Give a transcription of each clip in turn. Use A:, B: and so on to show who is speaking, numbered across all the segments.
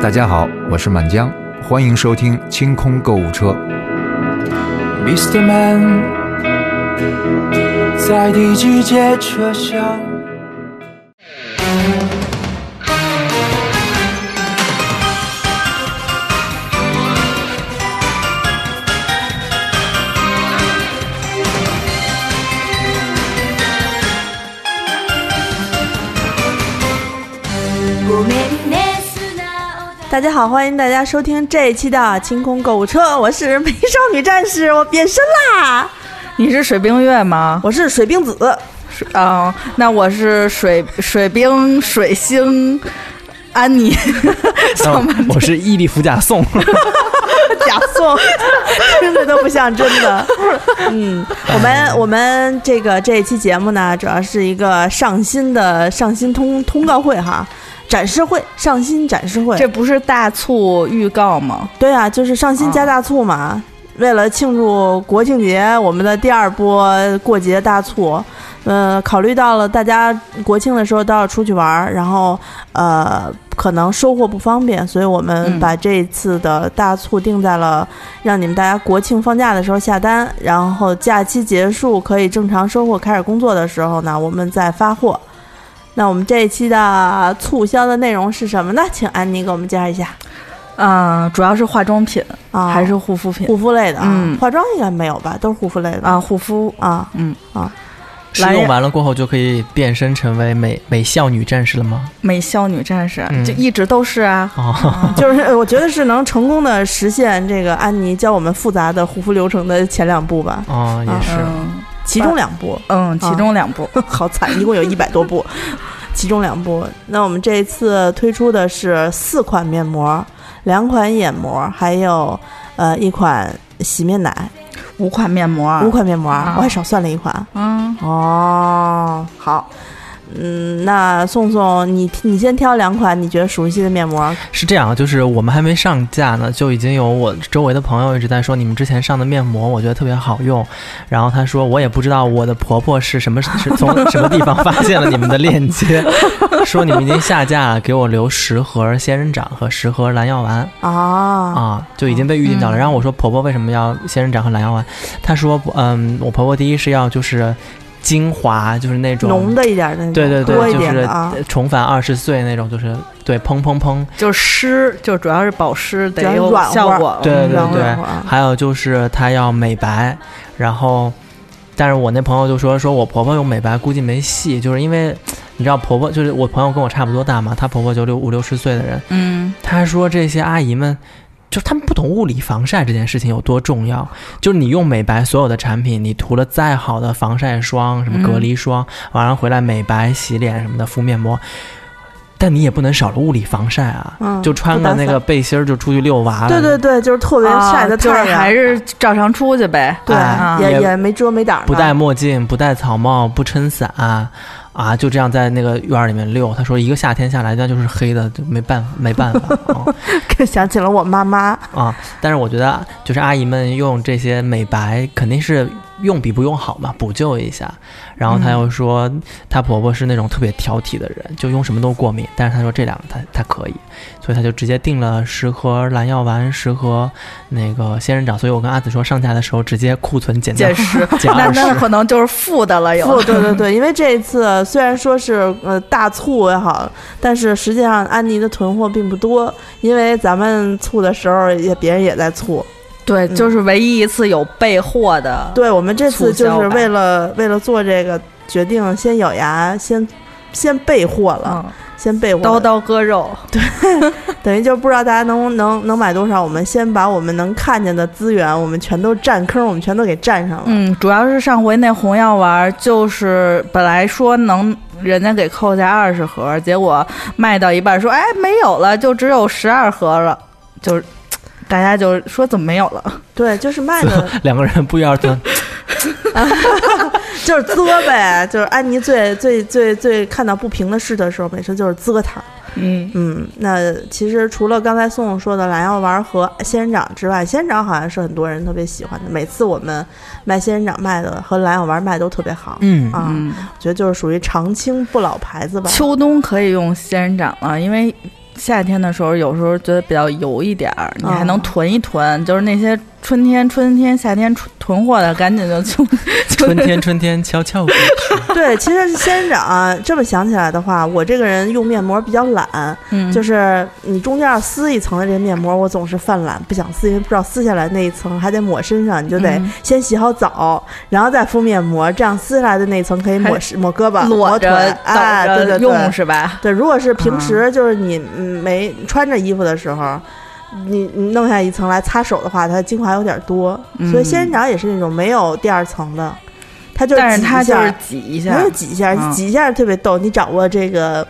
A: 大家好，我是满江，欢迎收听清空购物车。
B: Mr. Man，在第几节车厢？
C: 大家好，欢迎大家收听这一期的清空购物车，我是美少女战士，我变身啦！
D: 你是水冰月吗？
C: 我是水冰子，
D: 水哦，那我是水水冰水星安 妮，小蛮
E: 哦我是伊利福贾颂，
D: 假宋，
C: 听着都不像真的。嗯，我们我们这个这一期节目呢，主要是一个上新的上新通通告会哈，展示会，上新展示会。
D: 这不是大促预告吗？
C: 对啊，就是上新加大促嘛。为了庆祝国庆节，我们的第二波过节大促，呃，考虑到了大家国庆的时候都要出去玩儿，然后呃，可能收获不方便，所以我们
D: 嗯
C: 把这一次的大促定在了让你们大家国庆放假的时候下单，然后假期结束可以正常收获开始工作的时候呢，我们再发货。那我们这一期的促销的内容是什么呢？请安妮给我们介绍一下
D: 嗯、主要是化妆品、
C: 啊，
D: 还是哦护肤品
C: 护肤类的啊，
D: 嗯
C: 化妆应该没有吧？都是护肤类的
D: 啊？护肤，
C: 啊
D: 嗯，
E: 使用完了过后就可以变身成为美美少女战士了吗？
D: 美少女战士、
E: 嗯
D: 就一直都是啊。
E: 哦，
C: 就是呃我觉得是能成功的实现这个安妮教我们复杂的护肤流程的前两步吧，
E: 哦，也是，
D: 嗯
C: 其中两步，
D: 嗯，其中两 步，
C: 好惨，一共有一百多步， 其中两步。那我们这一次推出的是四款面膜，两款眼膜，还有呃一款洗面奶，
D: 五款面膜，
C: 五款面膜，
D: 啊
C: 我还少算了一款。
D: 嗯，
C: 哦，好。嗯，那宋宋，你你先挑两款你觉得熟悉的面膜，
E: 是这样，啊就是我们还没上架呢，就已经有我周围的朋友一直在说你们之前上的面膜，我觉得特别好用。然后他说我也不知道我的婆婆是什么 是从什么地方发现了你们的链接，说你们已经下架了，给我留十盒仙人掌和十盒蓝药丸。
C: 啊
E: 啊，就已经被预定到
D: 嗯
E: 了。然后我说婆婆为什么要仙人掌和蓝药丸？她说不，嗯，我婆婆第一是要就是精华，就是那种
C: 浓的一点的那种，
E: 对对对
C: 多一
E: 就
C: 点
E: 是
C: 的啊，
E: 重返二十岁那种，就是对砰砰砰。
D: 就湿，就主要是保湿
C: 主要
D: 得
C: 是
D: 有
C: 软
D: 效
C: 化
D: 果，
E: 对对
C: 软
D: 嗯
C: 和
E: 对
C: 软和啊
E: 还有就是她要美白，然后，但是我那朋友就说说我婆婆用美白估计没戏，就是因为你知道婆婆就是我朋友跟我差不多大嘛，她婆婆就六五六十岁的人，
D: 嗯，
E: 他说这些阿姨们，就她们不懂物理防晒这件事情有多重要。就是你用美白所有的产品，你涂了再好的防晒霜、
C: 嗯
E: 什么隔离霜，晚上回来美白、洗脸什么的，敷面膜，但你也不能少了物理防晒啊。
C: 嗯
E: 就穿个那个背心儿就出去遛娃了。
C: 对对对，就是特别晒的
D: 啊就
C: 太
D: 是
C: 阳，
D: 还是照常出去呗。
C: 对，
D: 啊
C: 也
E: 哎也
C: 也没遮没挡的，
E: 不戴墨镜，不戴草帽，不撑伞啊就这样在那个院儿里面遛。他说一个夏天下来，那就是黑的，就没办法，没办法啊。嗯
C: 想起了我妈妈，
E: 啊，但是我觉得就是阿姨们用这些美白肯定是用比不用好嘛，补救一下。然后她又说，她婆婆是那种特别挑剔的人，就用什么都过敏，但是她说这两个她她可以，所以她就直接定了十盒蓝药丸，十盒那个仙人掌。所以我跟阿紫说，上架的时候直接库存减掉
D: 减 湿，
E: 减
D: 那
E: 二十
D: 那。可能就是负的了，有
C: 不，哦对对对，因为这一次虽然说是呃大促也好，但是实际上安妮的囤货并不多，因为咱们促的时候也别人也在促，
D: 对，
C: 嗯
D: 就是唯一一次有备货的，
C: 对我们这次
D: 促销
C: 就是
D: 吧
C: 为了为了做这个决定，先咬牙先。先备货了，
D: 嗯，
C: 先备货了，
D: 刀刀割肉，
C: 等于就不知道大家能能能买多少。我们先把我们能看见的资源，我们全都占坑，我们全都给占上了。
D: 嗯，主要是上回那红药丸，就是本来说能人家给扣下二十盒，结果卖到一半说，哎，没有了，就只有十二盒了，就是。大家就说怎么没有了？
C: 对，就是卖的，
E: 两个人不约而 同，
C: 就是嘬呗，就是安妮最最最最看到不平的事的时候，每次就是嘬它。
D: 嗯，
C: 嗯，那其实除了刚才宋宋说的蓝药丸和仙人掌之外，仙人掌好像是很多人特别喜欢的。每次我们卖仙人掌卖的和蓝药丸卖都特别好。
E: 嗯，
C: 啊， 我觉得就是属于长青不老牌子吧。
D: 啊秋冬可以用仙人掌了，因为夏天的时候，有时候觉得比较油一点儿，你还能
C: 哦
D: 囤一囤。就是那些春天、春天、夏天囤囤货的，赶紧就就就
E: 春天春天悄悄过去，
C: 对，其实仙人掌啊这么想起来的话，我这个人用面膜比较懒，
D: 嗯
C: 就是你中间要撕一层的这个面膜，我总是犯懒，不想撕，因为不知道撕下来那一层还得抹身上，你就得
D: 嗯
C: 先洗好澡，然后再敷面膜，这样撕下来的那一层可以抹
D: 还
C: 是抹胳膊、
D: 裸
C: 抹腿
D: 着、
C: 哎，
D: 抖
C: 对
D: 着
C: 对
D: 用
C: 对。
D: 是啊吧？
C: 对，如果是平时就是你嗯没穿着衣服的时候，你你弄下一层来擦手的话，它精华有点多，所以
D: 嗯
C: 仙人掌也是那种没有第二层的，它就
D: 但是
C: 挤一
D: 它就
C: 下
D: 是挤一下
C: 没，有挤一下，
D: 嗯
C: 挤一下特别逗。你掌握这个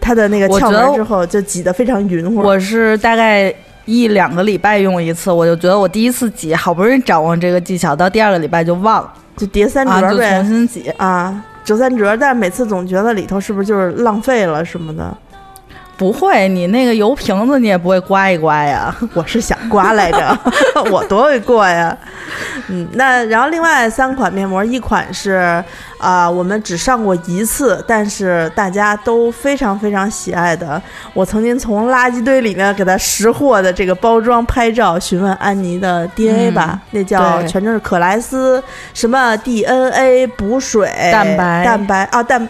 C: 它的那个
D: 我
C: 窍
D: 觉得
C: 门之后，就挤得非常匀乎。
D: 我是大概一两个礼拜用一次，我就觉得我第一次挤，好不容易掌握这个技巧，到第二个礼拜就忘了
C: 就叠三
D: 啊，
C: 折
D: 就重
C: 呗
D: 新挤。
C: 啊，折三折。但是每次总觉得里头是不是就是浪费了什么的？
D: 不会，你那个油瓶子你也不会刮一刮呀？
C: 我是想刮来着， 我多会过呀。嗯，那然后另外三款面膜，一款是啊、我们只上过一次，但是大家都非常非常喜爱的，我曾经从垃圾堆里面给它识货的这个包装拍照，询问安妮的 DNA 吧，那叫
D: 嗯对
C: 全称是可莱斯什么 DNA 补水
D: 蛋白
C: 蛋白啊蛋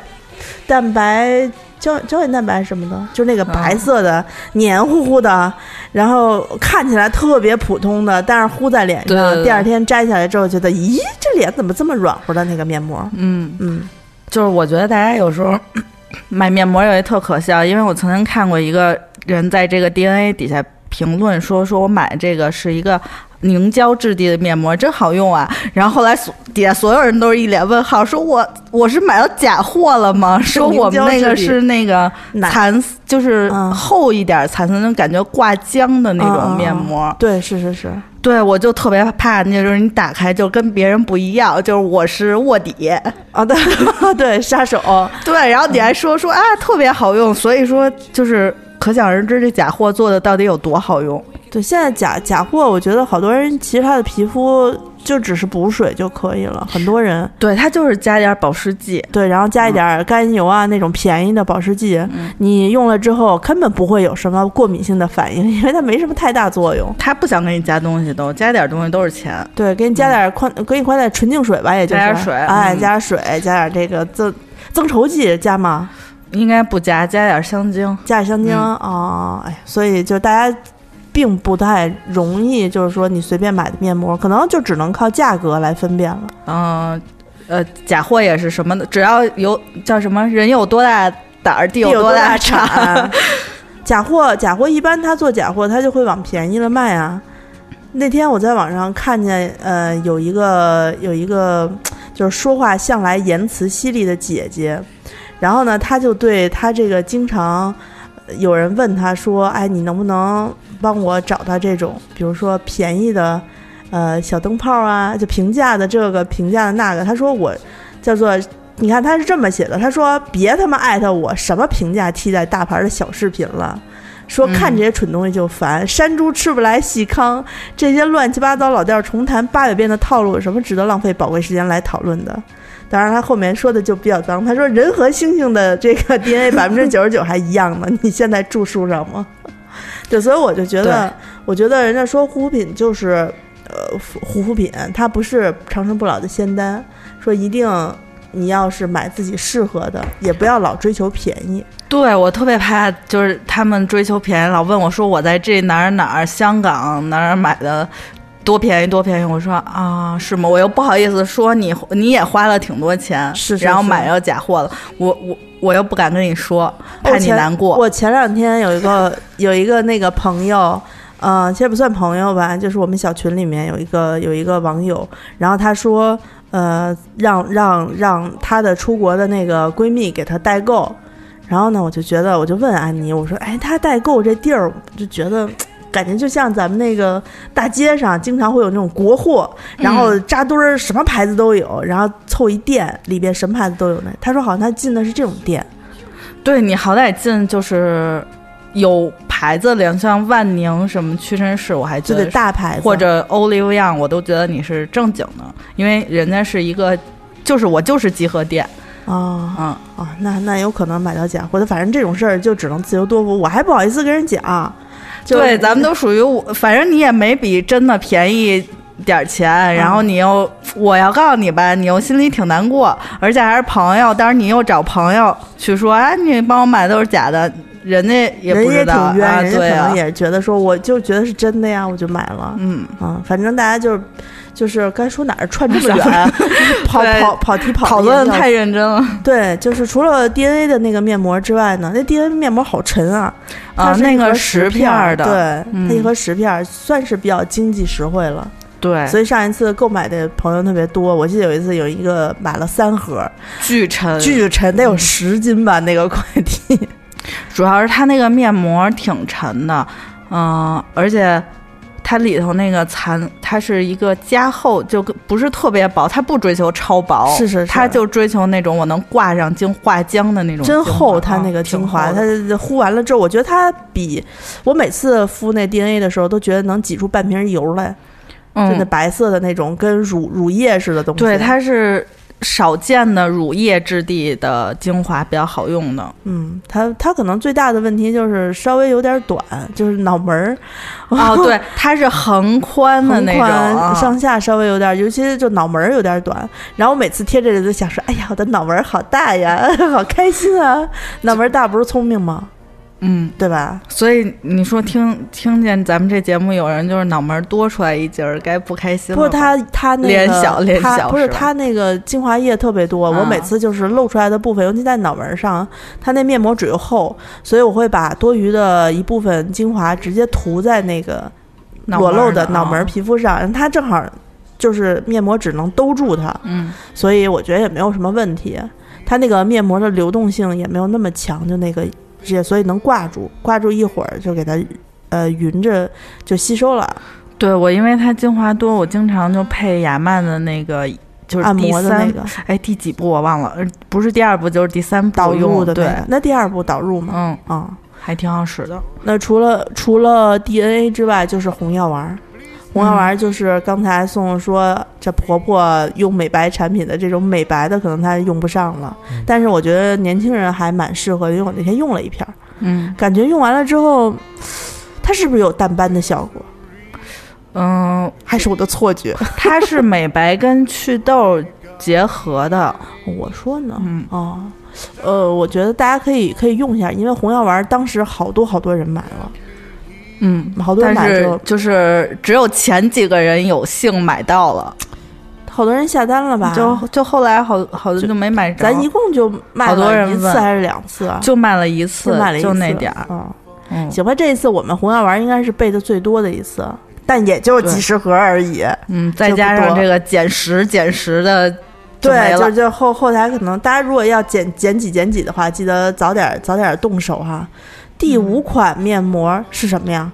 C: 蛋白胶胶原蛋白什么的，就那个白
D: 嗯
C: 色的、黏糊糊的，然后看起来特别普通的，但是糊在脸上，
D: 对对对
C: 第二天摘下来之后觉得，咦，这脸怎么这么软乎的那个面膜？
D: 嗯。
C: 嗯
D: 就是我觉得大家有时候买面膜有一特可笑，因为我曾经看过一个人在这个 DNA 底下评论说，说我买这个是一个。凝胶质地的面膜真好用啊！然后后来所底下所有人都是一脸问号，说我我是买到假货了吗？说我们那个是那个
C: 奶
D: 蚕丝，就是
C: 嗯
D: 厚一点蚕丝，那种感觉挂浆的那种面
C: 嗯
D: 膜。
C: 对，是是是，
D: 对，我就特别怕，那就是你打开就跟别人不一样，就是我是卧底。
C: 啊，对 对，杀手，
D: 对，然后你还说说啊，特别好用，所以说就是可想而知这假货做的到底有多好用。
C: 对，现在假假货，我觉得好多人其实他的皮肤就只是补水就可以了，很多人
D: 对，它就是加点保湿剂，
C: 对，然后加一点甘油啊、那种便宜的保湿剂，
D: 嗯
C: 你用了之后根本不会有什么过敏性的反应，因为它没什么太大作用。
D: 它不想给你加东西都，加点东西都是钱。
C: 对，给你加点矿，给你加点纯净水吧，也就是
D: 加点水
C: 哎，
D: 嗯
C: 加点水，加点这个增增稠剂加吗？
D: 应该不加，加点香精。
C: 加点香精
D: 嗯
C: 哦，哎，所以就大家并不太容易，就是说你随便买的面膜，可能就只能靠价格来分辨了。
D: 嗯，呃，假货也是什么的，只要有叫什么人有多大胆儿，地多大产。
C: 产？ 假货，假货一般他做假货，他就会往便宜了卖啊。那天我在网上看见，呃，有一个有一个就是说话向来言辞犀利的姐姐，然后呢，她就对她这个经常呃有人问她说：“哎，你能不能帮我找到这种，比如说便宜的，呃，小灯泡啊，就平价的这个，平价的那个？”她说我叫做你看他是这么写的，他说别他妈艾特我什么评价替代大牌的小视频了。说看这些蠢东西就烦，山猪吃不来细糠，这些乱七八糟老调重弹八百遍的套路，有什么值得浪费宝贵时间来讨论的？当然，他后面说的就比较脏。他说人和猩猩的这个 DNA 百分之九十九还一样呢，你现在住树上吗？ 对，所以我就觉得
D: 对，
C: 我觉得人家说护肤品就是呃护肤品，它不是长生不老的仙丹，说一定你要是买自己适合的，也不要老追求便宜。
D: 对我特别怕，就是他们追求便宜，老问我说我在这哪儿哪儿香港哪儿买的多便宜多便宜，我说啊是吗？我又不好意思说你 你也花了挺多钱，
C: 是是
D: 然后
C: 是
D: 买到假货了，我我我又不敢跟你说，怕
C: 我
D: 你
C: 前
D: 难过。
C: 我前两天有一个 有一个那个朋友，呃，其实不算朋友吧，就是我们小群里面有一个有一个网友，然后他说，呃，让让让她的出国的那个闺蜜给她代购，然后呢，我就觉得我就问安妮，我说，哎，她代购这地儿，我就觉得。感觉就像咱们那个大街上，经常会有那种国货，然后扎堆儿，什么牌子都有，然后凑一店，里边什么牌子都有呢。她说好像她进的是这种店，
D: 对你好歹进就是有牌子的，像万宁什么屈臣氏，我还觉
C: 就
D: 得
C: 得大牌子
D: 或者 Olive Young，我都觉得你是正经的，因为人家是一个，就是我就是集合店，
C: 啊
D: 嗯，
C: 哦，那那有可能买到假货的，反正这种事儿就只能自由多福，我还不好意思跟人讲。就
D: 对，咱们都属于我，反正你也没比真的便宜点儿钱，然
C: 嗯
D: 后你又我要告诉你吧，你又心里挺难过，而且还是朋友，但是你又找朋友去说，哎，你帮我买的都是假的，人家也
C: 人
D: 不
C: 也
D: 知道
C: 挺冤，
D: 啊，
C: 人家
D: 对
C: 可
D: 啊
C: 能，也觉得说，我就觉得是真的呀，我就买了。
D: 嗯，
C: 啊，反正大家就是就是该说哪儿串 这么
D: 咱
C: 远，跑
D: 对
C: 跑跑题跑得
D: 讨论
C: 也比较
D: 太认真了
C: 对，就是除了 DNA 的那个面膜之外呢，那 DNA 面膜好沉啊，它
D: 啊，
C: 是
D: 那
C: 一盒
D: 个
C: 十
D: 十片
C: 儿
D: 儿的，
C: 对，
D: 嗯
C: 它一盒十片儿算是比较经济实惠了。
D: 对
C: 所以上一次购买的朋友特别多，我记得有一次有一个买了三盒，
D: 巨沉，
C: 巨沉，得有十斤吧那个快递。
D: 主要是它那个面膜挺沉的，嗯、而且它里头那个残，它是一个加厚，就跟不是特别薄，它不追求超薄，
C: 是是是
D: 它就追求那种我能挂上精化浆的那种精华，
C: 真厚，它那个
D: 嗯
C: 精华，
D: 挺
C: 它
D: 厚的
C: 呼完了之后，我觉得它比我每次敷那 DNA 的时候都觉得能挤出半瓶油来，就那
D: 嗯，
C: 白色的那种跟乳乳液似的东西。
D: 对，它是少见的乳液质地的精华比较好 用的，
C: 嗯，它它可能最大的问题就是稍微有点短，就是脑门儿
D: 哦， 对，它是横宽的
C: 横
D: 那
C: 宽
D: 种，嗯啊
C: 上下稍微有点，尤其是就脑门儿有点短。然后我每次贴这个就想说，哎呀，我的脑门儿好大呀，好开心啊！脑门儿大不是聪明吗？
D: 嗯，
C: 对吧？
D: 所以你说听听见咱们这节目有人就是脑门儿多出来一截儿，该不开心了
C: 不
D: 吧。
C: 是它它那个
D: 脸小脸
C: 它
D: 小
C: 不是
D: 是吧
C: 它那个精华液特别多，我
D: 啊
C: 每次就是露出来的部分，尤其在脑门儿上，它那面膜只有厚，所以我会把多余的一部分精华直接涂在那个
D: 脑
C: 裸
D: 门儿
C: 露的
D: 呢
C: 脑门儿
D: 啊
C: 皮肤上，它正好就是面膜只能兜住它，
D: 嗯，
C: 所以我觉得也没有什么问题。它那个面膜的流动性也没有那么强，就那个也所以能挂住，挂住一会儿就给它呃匀着就吸收了。
D: 对我，因为它精华多，我经常就配雅曼的那个，就是
C: 按
D: 第
C: 摩的
D: 三
C: 那，个
D: 哎，第几步我忘了，呃不是第二步就是第三
C: 导
D: 步
C: 入
D: 用
C: 的那
D: 对
C: 个，，那第二步导入嘛，
D: 嗯，
C: 啊、
D: 还挺好使的。
C: 那除了除了 DNA 之外，就是红药丸儿。红药丸
D: 嗯
C: 儿就是刚才宋宋说，这婆婆用美白产品的这种美白的，可能她用不上了。
D: 嗯
C: 但是我觉得年轻人还蛮适合的，因为我那天用了一片儿，
D: 嗯
C: 感觉用完了之后，它是不是有淡斑的效果？
D: 嗯，
C: 还是我的错觉？
D: 它是美白跟祛痘结合的，
C: 我说呢？
D: 嗯
C: 哦，呃，我觉得大家可以可以用一下，因为红药丸儿当时好多好多人买了，
D: 嗯。
C: 好多人
D: 但
C: 买之后
D: 是就是只有前几个人有幸买到了，
C: 好多人下单了吧？
D: 就就后来好好多
C: 就
D: 就没买着，
C: 咱一共就卖
D: 好多
C: 了
D: 人
C: 一次
D: 问
C: 还是两次啊？
D: 就卖了一次，
C: 卖了一次，
D: 就那点儿。
C: 嗯，
D: 嗯
C: 行吧，这一次我们红药丸应该是备的最多的一次，但也就
D: 对
C: 几十盒而已。
D: 嗯，再
C: 就不
D: 加上
C: 多
D: 这个减食减食的就没
C: 对，
D: 了
C: 就就后后台可能大家如果要减减几减几的话，记得早点早点动手哈。第五款面膜是什么呀？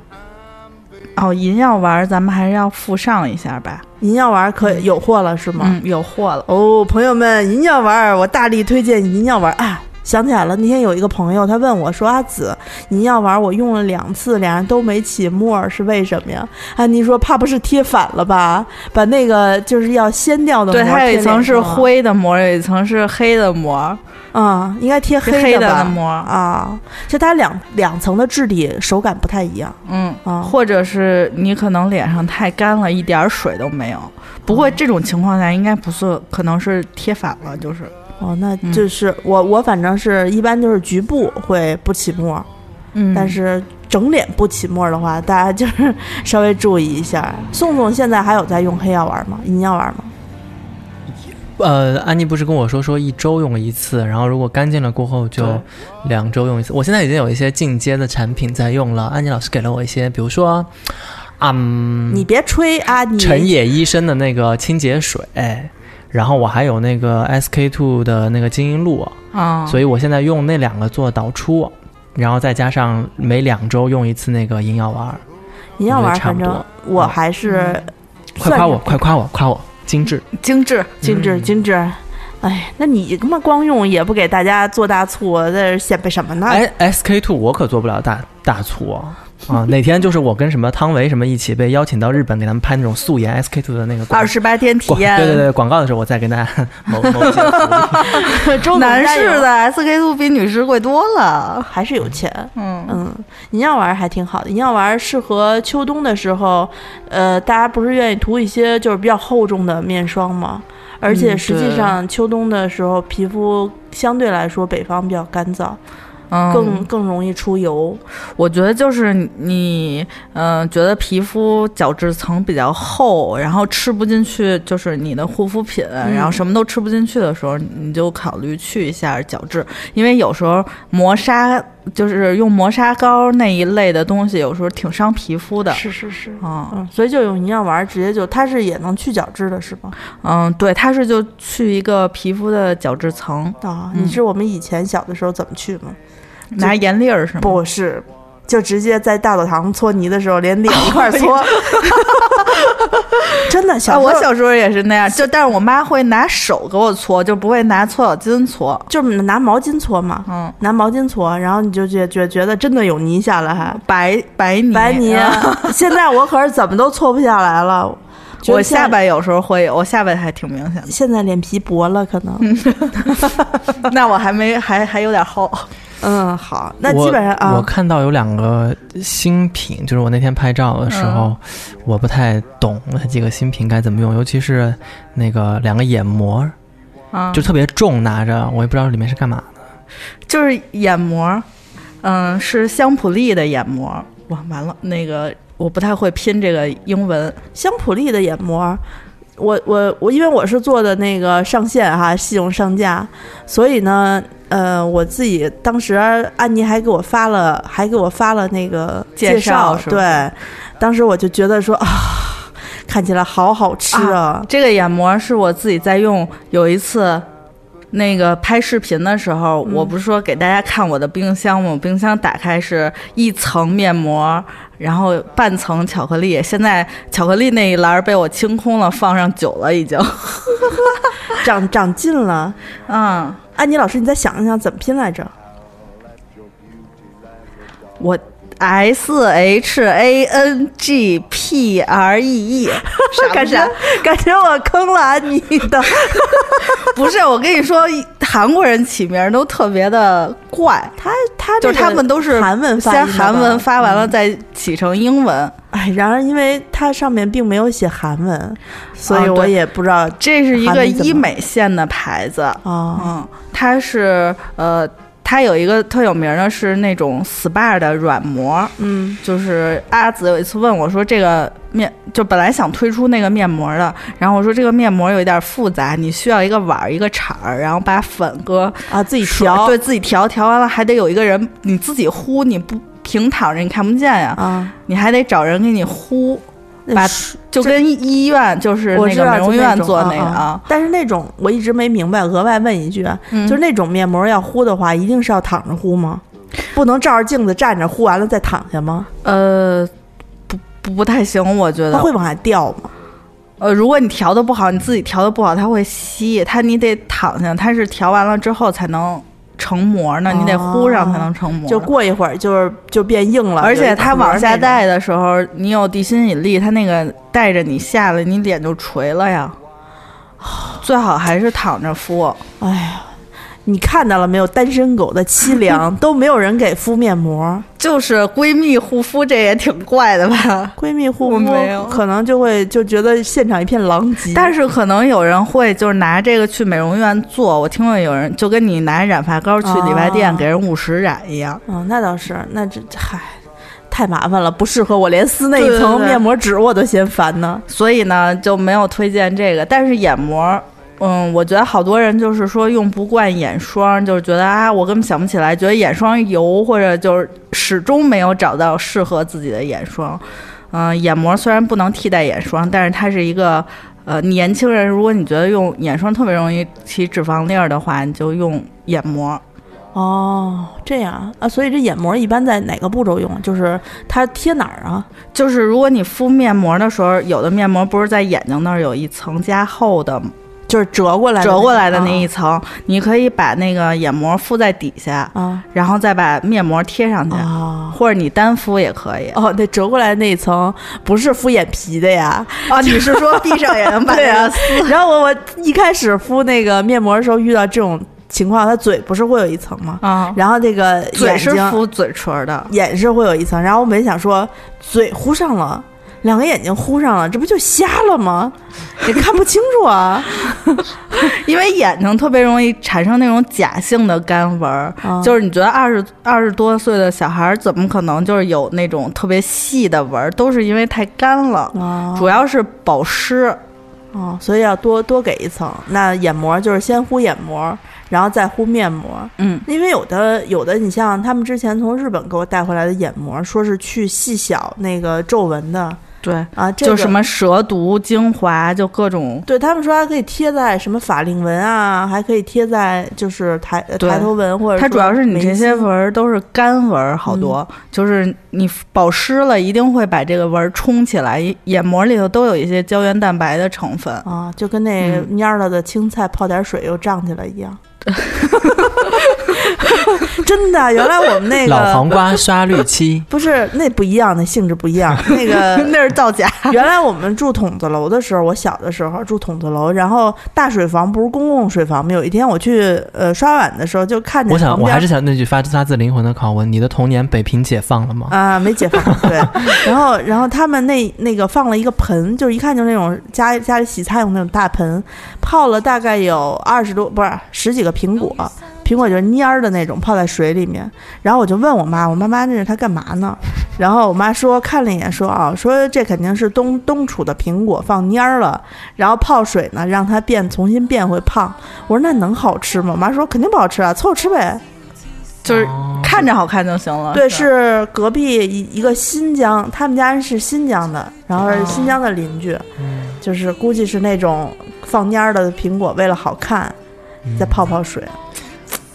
D: 哦，银药丸咱们还是要附上一下吧。
C: 银药丸可有货了是吗？
D: 嗯，有货了。
C: 哦，朋友们，银药丸儿，我大力推荐银药丸儿啊！想起来了，那天有一个朋友，他问我说：“阿紫，银药丸儿我用了两次，俩人都没起沫儿，是为什么呀？”安妮说：“怕不是贴反了吧？把那个就是要掀掉的膜
D: 对，
C: 贴
D: 它有一
C: 脸
D: 层是
C: 上了，
D: 灰的膜，有一层是黑的膜，
C: 啊、应该贴
D: 是
C: 黑
D: 黑
C: 的吧
D: 的膜。
C: 啊。就它两两层的质地手感不太一样
D: 嗯，
C: 啊。
D: 或者是你可能脸上太干了，一点儿水都没有。不过这种情况下应该不是，可能是贴反了，就是
C: 哦，那
D: 嗯
C: 就是、我我反正是一般就是局部会不起沫儿，
D: 嗯
C: 但是整脸不起沫的话，大家就是稍微注意一 下。宋宋现在还有在用黑药丸吗？银药丸吗？
E: 呃，安妮不是跟我说说一周用一次，然后如果干净了过后就
C: 对
E: 两周用一次。我现在已经有一些进阶的产品在用了，安妮老师给了我一些，比如说，嗯，
C: 你别吹啊，你
E: 陈野医生的那个清洁水，然后我还有那个 SK two 的那个精英露，
C: 哦
D: 啊，
E: 所
D: 以
E: 以我现在用那两个做导出，然后再加上每两周用一次那个银药丸儿，
C: 银药
E: 我
C: 丸，
E: 觉得差
C: 反
E: 不多嗯
C: 正我还是
D: 嗯
C: 算是
E: 快夸我，快夸我，夸我精致。
D: 精致。
C: 精致精致。哎，那你他妈光用也不给大家做大促，在这显摆什么呢？
E: 哎 哎，SK two 我可做不了大大促哦，啊，哪天就是我跟什么汤唯什么一起被邀请到日本，给他们拍那种素颜 SK two 的那个广
D: 二十八天体
E: 广
D: 验，
E: 对对对广告的时候，我再跟大家 某某一些福利
C: 周总
D: 男
C: 加油
D: 士的 SK two 比女士贵多了。
C: 还是有钱。
D: 嗯，
C: 嗯，银药丸还挺好的，银药丸适合秋冬的时候，呃，大家不是愿意涂一些就是比较厚重的面霜吗？而且
D: 嗯
C: 实际
D: 对
C: 上秋冬的时候，皮肤相对来说北方比较干燥，更、
D: 嗯，
C: 更容易出油。
D: 我觉得就是你，嗯、觉得皮肤角质层比较厚，然后吃不进去，就是你的护肤品，然后什么都吃不进去的时候，你就考虑去一下角质，因为有时候磨砂就是用磨砂膏那一类的东西，有时候挺伤皮肤的。
C: 是 是是。
D: 嗯，
C: 嗯，所以就用银药丸，直接就它是也能去角质的，是吗？
D: 嗯，对，它是就去一个皮肤的角质层，
C: 啊，
D: 嗯
C: 你是我们以前小的时候怎么去吗？
D: 拿盐粒儿是吗？
C: 不是，就直接在大澡堂搓泥的时候，连脸一块儿 搓。 真的，
D: 啊，
C: 小时
D: 我
C: 候
D: 小时候也是那样，就但是我妈会拿手给我搓，就不会拿搓澡巾搓。
C: 就是拿毛巾搓嘛，
D: 嗯，
C: 拿毛巾搓，然后你就觉觉觉得真的有泥下来还。
D: 白白泥，
C: 白泥，
D: 嗯
C: 啊 现在我可是怎么都搓不下来了。觉得
D: 我
C: 现在
D: 下巴有时候会有，我下巴还挺明显的。
C: 现在脸皮薄了，可能。
D: 嗯 那我还没还还有点厚。
C: 嗯，好， 那
E: 我
C: 基本上
E: 我
C: 啊，
E: 看到有两个新品，就是我那天拍照的时
C: 嗯
E: 候，我不太懂那几个新品该怎么用，尤其是那个两个眼膜，
D: 嗯，
E: 就特别重，拿着我也不知道里面是干嘛的。
D: 就是眼膜，嗯，是香普丽的眼膜。哇，完了，那个我不太会拼这个英文。
C: 香普丽的眼膜，我我我，因为我是做的那个上线哈，信用上架，所以呢，呃，我自己当时安妮还给我发了，还给我发了那个
D: 介
C: 介
D: 绍是吧
C: 对，当时我就觉得说啊，看起来好好吃啊
D: 这个眼膜是我自己在用，有一次。那个拍视频的时候，
C: 嗯
D: 我不是说给大家看我的冰箱吗？我冰箱打开是一层面膜，然后半层巧克力。现在巧克力那一栏被我清空了，放上酒了已经。
C: 长长进了。
D: 嗯，
C: 安妮老师，你再想一想怎么拼来着？
D: 我 S H A N G P R E E，傻不
C: 感觉
D: 傻？
C: 感觉我坑了安妮的，
D: 不是，我跟你说，韩国人起名儿都特别的怪，
C: 他他
D: 就是他们都是
C: 韩文发
D: 先
C: 音的
D: 韩文
C: 吧
D: 发完了再起成英文，
C: 哎，然而因为它上面并没有写韩文，所以
D: 啊对
C: 我也不知道
D: 这是一
C: 韩
D: 个
C: 文怎么
D: 医美线的牌子，
C: 啊。
D: 嗯，它是呃，它有一个特有名儿的是那种 SPA 的软膜，
C: 嗯
D: 就是阿紫有一次问我说这个面就本来想推出那个面膜的，然后我说这个面膜有一点复杂，你需要一个碗儿一个铲儿，然后把粉搁
C: 啊，自己
D: 水
C: 调
D: 对自己调调完了还得有一个人你自己呼，你不平躺着你看不见呀，
C: 啊，
D: 你还得找人给你呼，
C: 那
D: 把
C: 是
D: 就跟医院就是
C: 我
D: 那
C: 知
D: 个
C: 道
D: 美容
C: 就
D: 院
C: 种
D: 做
C: 啊
D: 那个
C: 啊
D: 啊，，
C: 但是那种我一直没明白。额外问一句，
D: 嗯
C: 就是那种面膜要敷的话，一定是要躺着敷吗？不能照着镜子站着敷完了再躺下吗？
D: 呃。不不不太行，我觉
C: 它
D: 得
C: 会往下掉吗？
D: 呃，如果你调的不好，你自己调的不好，它会吸，它你得躺下，它是调完了之后才能成膜呢，你得呼上才能成膜。
C: 哦就过一会儿就是就变硬了，
D: 嗯而
C: 有
D: 且
C: 一
D: 它
C: 坨
D: 往下
C: 那种
D: 带的时候，你有地心引力，它那个带着你下来，你脸就垂了呀。最好还是躺着敷。
C: 哎呀，你看到了没有？单身狗的凄 凉，都没有人给敷面膜。
D: 就是闺蜜护肤，这也挺怪 的吧？
C: 闺蜜护
D: 我
C: 肤
D: 没有
C: 可能就会就觉得现场一片狼藉。
D: 但是可能有人会就是拿这个去美容院做，我听过有人就跟你拿染发膏去理发店
C: 哦
D: 给人五十染一样。
C: 嗯，那倒是，那这嗨，太麻烦了，不适合我，连撕那一
D: 对对
C: 层
D: 对
C: 面膜纸我都嫌烦呢。
D: 所以呢就没有推荐这个。但是眼膜，嗯，我觉得好多人就是说用不惯眼霜，就是觉得啊，我根本想不起来，觉得眼霜油或者就是始终没有找到适合自己的眼霜。嗯、眼膜虽然不能替代眼霜，但是它是一个。呃，年轻人，如果你觉得用眼霜特别容易起脂肪粒儿的话，你就用眼膜。
C: 哦，这样啊，所以这眼膜一般在哪个步骤用？啊就是它贴哪儿啊？
D: 就是如果你敷面膜的时候，有的面膜不是在眼睛那儿有一层加厚的
C: 就是折过来的那
D: 折
C: 种
D: 过来的那嗯一
C: 啊
D: 层，你可以把那个眼膜敷在底下，
C: 啊
D: 然后再把面膜贴上去，
C: 啊
D: 或者你单敷也可以。
C: 哦，那折过来的那一层不是敷眼皮的 呀。
D: 哦，你是说闭上也 能把
C: 对
D: 那
C: 啊
D: 个？
C: 然后我我一开始敷那个面膜的时候遇到这种情况，它嘴不是会有一层吗？
D: 啊，
C: 然后这个
D: 嘴
C: 眼
D: 是
C: 睛
D: 敷嘴唇的，
C: 眼是会有一层，然后我本想说嘴糊上了。两个眼睛糊上了，这不就瞎了 吗？也看不清楚啊！
D: 因为眼睛特别容易产生那种假性的干纹儿，
C: 啊
D: 就是你觉得二十二十多岁的小孩儿怎么可能就是有那种特别细的纹儿，都是因为太干了，
C: 哦
D: 主要是保湿。
C: 哦，所以要多多给一层。那眼膜就是先敷眼膜，然后再敷面膜。
D: 嗯，
C: 因为有的有的，你像他们之前从日本给我带回来的眼膜，说是去细小那个皱纹的
D: 对，
C: 啊，这
D: 就
C: 个
D: 什么蛇毒精华，就各种
C: 对他们说还可以贴在什么法令纹啊，还可以贴在就是抬呃
D: 对
C: 抬头纹或者
D: 它
C: 说
D: 主要是你
C: 眉
D: 这
C: 心
D: 些纹儿都是干纹儿，好多、就是你保湿了，一定会把这个纹儿冲起来。眼膜里头都有一些胶原蛋白的成分，
C: 啊，就跟那
D: 嗯
C: 蔫了的青菜泡点水又胀起来一样。真的，原来我们那
E: 老
C: 个
E: 黄
C: ，
E: 瓜刷绿漆
C: 不是那不一样，那性质不一样。 那个
D: 那是造假。
C: 原来我们住筒子楼的时候，我小的时候住筒子楼，然后大水房不是公共水房吗？有一天我去呃刷碗的时候，就看见
E: 我想
C: 旁
E: 我还
C: 边
E: 是想那句发自发自灵魂的拷问：你的童年北平解放了吗？
C: 啊，没解放对，然后然后他们那那个放了一个盆，就是一看就是那种家家里洗菜用那种大盆，泡了大概有二十多不是十几个苹果，苹果就是蔫儿的那种，泡在水里面。然后我就问我妈，我妈妈那是它干嘛呢？然后我妈说看了一眼说啊，说这肯定是冬冬储的苹果放蔫儿了，然后泡水呢让它变重新变回胖。我说那能好吃吗？我妈说肯定不好吃啊，凑合吃呗。
D: 就是
E: 哦
D: 看着好看就行了。
C: 对，
D: 吧
C: 啊是隔壁一一个新疆，他们家人是新疆的，然后是新疆的邻居，就是估计是那种放蔫儿的苹果，为了好看，再泡泡水，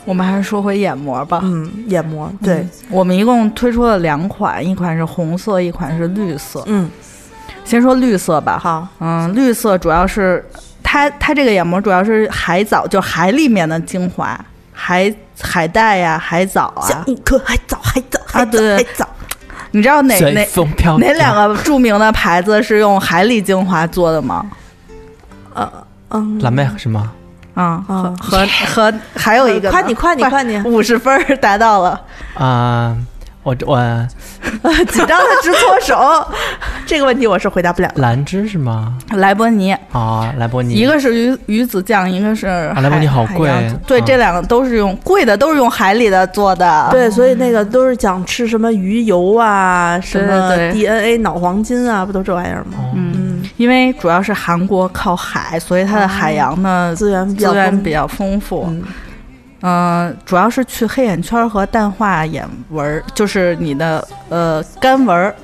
D: 我们还是说回眼膜吧。
C: 嗯，眼膜，对，
D: 我们一共推出了两款，一款是红色，一款是绿色。
C: 嗯，
D: 先说绿色吧，
C: 好，
D: 嗯，绿色主要是它它这个眼膜主要是海藻，就海里面的精华，海海带呀、海藻啊
C: 像。一颗海藻，海藻，海藻，
D: 对
C: 海藻，
D: 你知道哪
E: 随
D: 哪
E: 风飘
D: 哪两个著名的牌子是用海里精华做的吗？
C: 呃，嗯，
E: 蓝妹是吗？
D: 啊、
C: 啊
D: 和和和还有一个呢，
C: 夸你夸你夸你
D: 五十分儿达到了，
E: 啊、我我
C: 紧张的直搓手， 这个问题我是回答不了的。
E: 兰芝是吗？
D: 莱伯尼，
E: 啊，莱博尼
D: 一个是鱼鱼子酱，一个是海
E: 啊莱伯尼好贵
D: 海洋子对，
E: 啊
D: 这两个都是用贵的，都是用海里的做的，
C: 对，所以那个都是讲吃什么鱼油啊，什么
D: 对对
C: DNA 脑黄金啊，不都这玩意儿吗？
E: 哦
D: 嗯，因为主要是韩国靠海，所以它的海洋的
C: 资源比较
D: 资源
C: 丰
D: 比较丰富。
C: 嗯
D: 嗯，主要是去黑眼圈和淡化眼纹儿，就是你的呃干纹儿。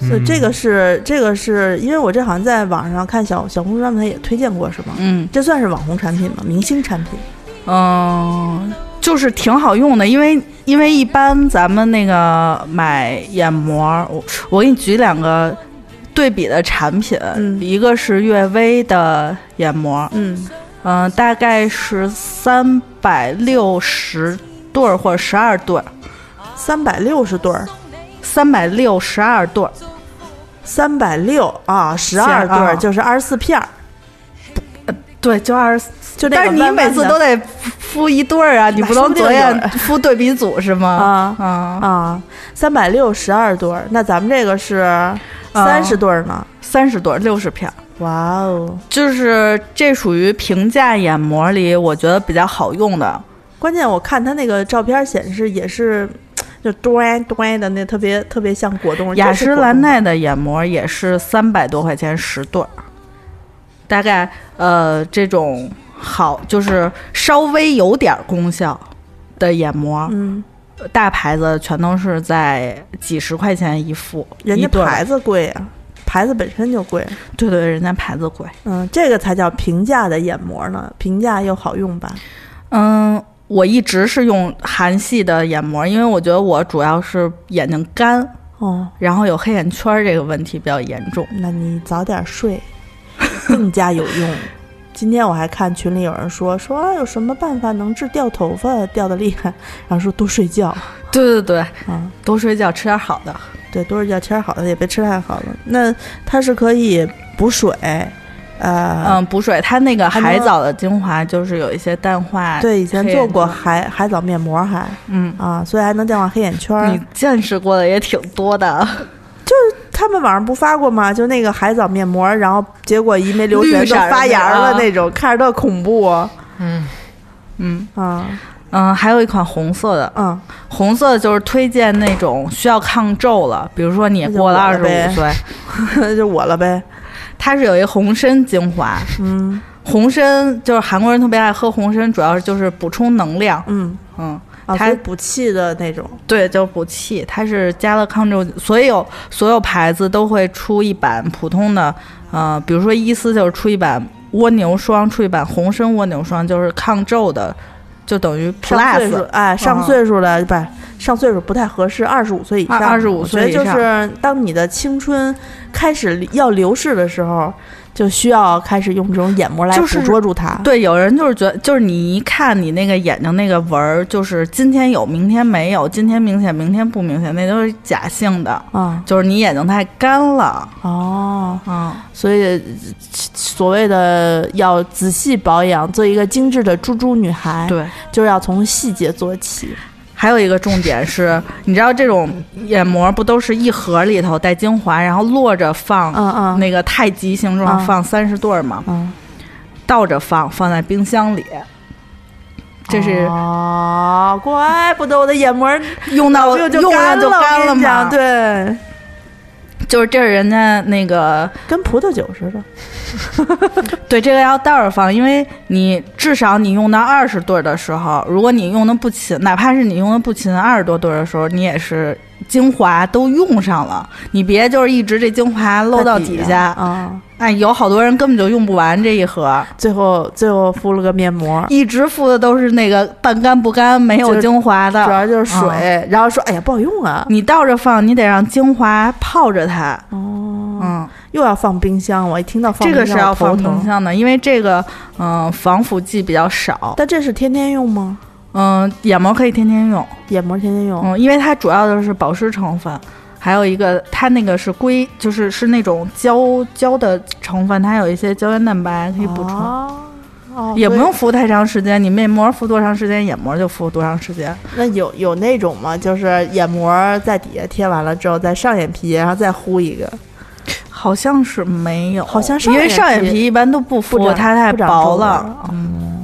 C: 所以这个是这个是因为我这好像在网上看小小红书上面它也推荐过是吗？
D: 嗯
C: 这算是网红产品吗？明星产品？
D: 嗯，就是挺好用的，因为因为一般咱们那个买眼膜儿，我我给你举两个对比的产品，
C: 嗯
D: 一个是悦薇的眼膜，
C: 嗯
D: 嗯、大概是三百六十对儿或者十二对儿，
C: 三百六十对儿，
D: 三百六十二对儿，
C: 三百六啊，十二对
D: 啊
C: 儿就是二十四片儿，
D: 对，就二十。
C: 就那
D: 但
C: 个
D: 是你
C: 弯弯
D: 每
C: 的
D: 次都得敷一对儿啊，你不能
C: 说不定
D: 左
C: 有
D: 眼
C: 人
D: 敷对比组是吗？
C: 啊
D: 啊，
C: 啊，三百六十二对儿，那咱们这个是
D: 啊
C: 三十对儿呢？
D: 三十对儿，六十片儿。
C: 哇哦，
D: 就是这属于平价眼膜里，我觉得比较好用的。
C: 关键我看它那个照片显示也是。就咚咚的那特别特别像果冻，
D: 雅
C: 哦这是
D: 诗
C: 果
D: 兰
C: 冻吗
D: 黛的眼膜也是三百多块钱十对儿，大概呃这种好就是稍微有点儿功效的眼膜，
C: 嗯，
D: 大牌子全都是在几十块钱一副，
C: 人家
D: 一对儿
C: 牌子贵啊，牌子本身就贵。
D: 对对，人家牌子贵。
C: 嗯，这个才叫平价的眼膜呢，平价又好用吧？
D: 嗯，我一直是用韩系的眼膜，因为我觉得我主要是眼睛干，
C: 哦，
D: 然后有黑眼圈儿这个问题比较严重。
C: 那你早点睡，更加有用。今天我还看群里有人说说、啊有什么办法能治掉头发掉的厉害，然后说多睡觉
D: 对对对，
C: 啊，
D: 多睡觉，吃点好的。
C: 对，多睡觉天儿好了也别吃太好了。那它是可以补水，呃，
D: 嗯，补水，它那个
C: 还
D: 海
C: 能
D: 藻的精华就是有一些淡化。，
C: 对，以前
D: 黑
C: 做
D: 眼
C: 过
D: 圈
C: 海海藻面膜还
D: 嗯，
C: 啊，所以还能淡化黑眼圈儿。
D: 你见识过的也挺多的，
C: 他们网上不发过吗？就那个海藻面膜，然后结果一没留神
D: 绿
C: 就
D: 色儿的
C: 发芽儿
D: 那
C: 了
D: 个啊
C: 那种，看着特恐怖啊！
D: 嗯
C: 啊
D: 嗯，还有一款红色的，
C: 嗯，
D: 红色就是推荐那种需要抗皱了，比如说你过了
C: 那
D: 二
C: 就
D: 十
C: 我呗
D: 五 岁，
C: 就我了呗。
D: 它是有一红参精华，
C: 嗯
D: 红参就是韩国人特别爱喝红参，主要就是补充能量，
C: 嗯，
D: 嗯，
C: 啊，
D: 它
C: 所以补气的那种。
D: 对，就是补气，它是加了抗皱，所有所有牌子都会出一版普通的，呃，比如说伊丝就是出一版蜗牛霜，出一版红参蜗牛霜，就是抗皱的，就等于
C: 上岁数
D: plus，啊
C: 哎，上岁数的不、上岁数不太合适，二十五岁以上，
D: 二25岁以上
C: 我觉得就是当你的青春开始要流逝的时候，就需要开始用这种眼膜来
D: 就
C: 捕
D: 是
C: 捉住它。
D: 对，有人就是觉得，就是你一看你那个眼睛那个纹儿，就是今天有，明天没有，今天明显，明天不明显，那都是假性的，
C: 啊、
D: 就是你眼睛太干了，
C: 哦，
D: 嗯。
C: 所以所谓的要仔细保养，做一个精致的猪猪女孩，
D: 对，
C: 就是要从细节做起。
D: 还有一个重点是， 你知道这种眼膜不都是一盒里头带精华，然后摞着放，
C: 嗯嗯，
D: 那个太极形状
C: 嗯
D: 放三十对儿嘛，
C: 嗯，
D: 倒着放，放在冰箱里。这是
C: 哦，怪不得我的眼膜
D: 用到
C: 早就
D: 用
C: 干
D: 了就干
C: 我
D: 了
C: 跟你讲
D: 嘛？，
C: 对，
D: 就是这是人家那个
C: 跟葡萄酒似的。
D: 对这个要倒着放，因为你至少你用到二十对儿的时候，如果你用的不勤，哪怕是你用的不勤，二十多对儿的时候，你也是精华都用上了，你别就是一直这精华漏到底下，
C: 啊！
D: 哎，有好多人根本就用不完这一盒，
C: 最后最后敷了个面膜，
D: 一直敷的都是那个半干不干、没有精华
C: 主
D: 的。
C: 要就是水，
D: 嗯
C: 然后说哎呀不好用啊，
D: 你倒着放，你得让精华泡着它。哦，嗯，
C: 又要放冰箱。我一听到放
D: 这
C: 冰箱
D: 个是要
C: 我头
D: 放冰
C: 疼，
D: 箱的，因为这个嗯、防腐剂比较少，
C: 但这是天天用吗？
D: 嗯、眼膜可以天天用，
C: 眼膜天天用，
D: 嗯，因为它主要的是保湿成分。还有一个，它那个是硅，就是是那种胶胶的成分，它有一些胶原蛋白可以补充，
C: 哦哦
D: 也不。用
C: 所以
D: 敷太长时间。你面膜敷多长时间，眼膜就敷多长时间。
C: 那有有那种吗？就是眼膜在底下贴完了之后，在上眼皮，然后再敷一个。
D: 好像是没有，
C: 好像上
D: 因为
C: 眼
D: 上眼
C: 皮
D: 皮一般都不
C: 不
D: 敷，
C: 长
D: 它太
C: 不长
D: 薄
C: 皱纹儿哦
D: 了。
C: 嗯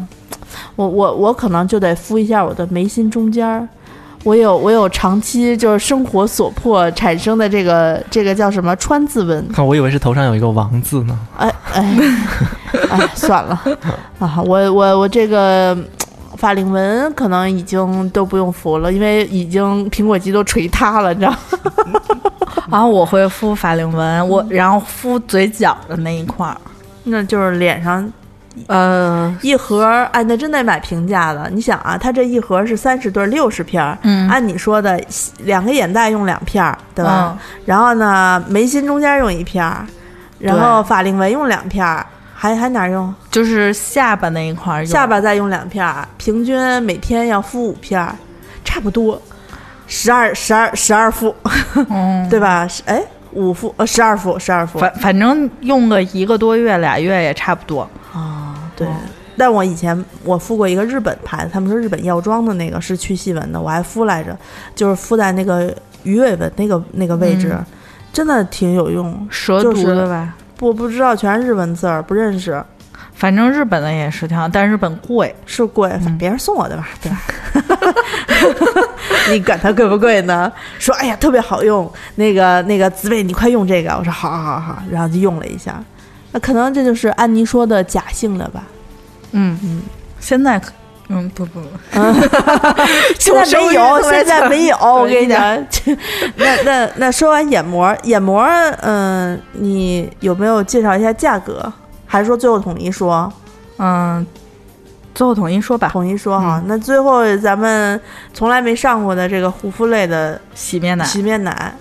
C: 我我我可能就得敷一下我的眉心中间儿。我有我有长期就是生活所迫产生的这个这个叫什么川字纹，
E: 我以为是头上有一个王字呢。
C: 哎哎哎， 算了啊！我我我这个法令纹可能已经都不用敷了，因为已经苹果肌都捶塌了，你知道吗？
D: 然后啊我会敷法令纹，
C: 嗯
D: 我然后敷嘴角的那一块儿，
C: 那就是脸上
D: 呃，
C: 一盒儿，哎，那真得买平价的。你想啊，它这一盒是三十对六十片儿，
D: 嗯
C: 按你说的，两个眼袋用两片儿，对吧？
D: 嗯
C: 然后呢，眉心中间用一片儿，然后法令纹用两片儿，还还哪儿用？
D: 嗯，就是下巴那一块儿，
C: 下巴再用两片儿，平均每天要敷五片儿，差不多，十二十二十二副，
D: 嗯，
C: 对吧？是哎，五副呃十二副十二副
D: 反反正用个一个多月俩月也差不多。
C: 啊，对。但我以前我敷过一个日本牌子，他们说日本药妆的那个是去细纹的，我还敷来着，就是敷在那个鱼尾纹那个那个位置，真的挺有用。
D: 蛇
C: 就
D: 毒
C: 是
D: 的吧，
C: 我不知道全是日文字儿，不认识，
D: 反正日本的也是挺好，但是日本贵。
C: 是贵，反正别人送我的吧，对吧？ 你管它贵不贵呢？说哎呀，特别好用，那个那个紫薇，你快用这个。我说好好好好，然后就用了一下。那可能这就是安妮说的假性的吧？
D: 嗯嗯，现在可嗯不不，不
C: 现在没有，现在没有。我跟你
D: 对
C: 讲，那 那那说完眼膜，眼膜，嗯、你有没有介绍一下价格？还是说最后统一说？
D: 嗯，最后统一说吧，
C: 统一说哈。那最后咱们从来没上过的这个护肤类的
D: 洗面奶
C: 洗面奶，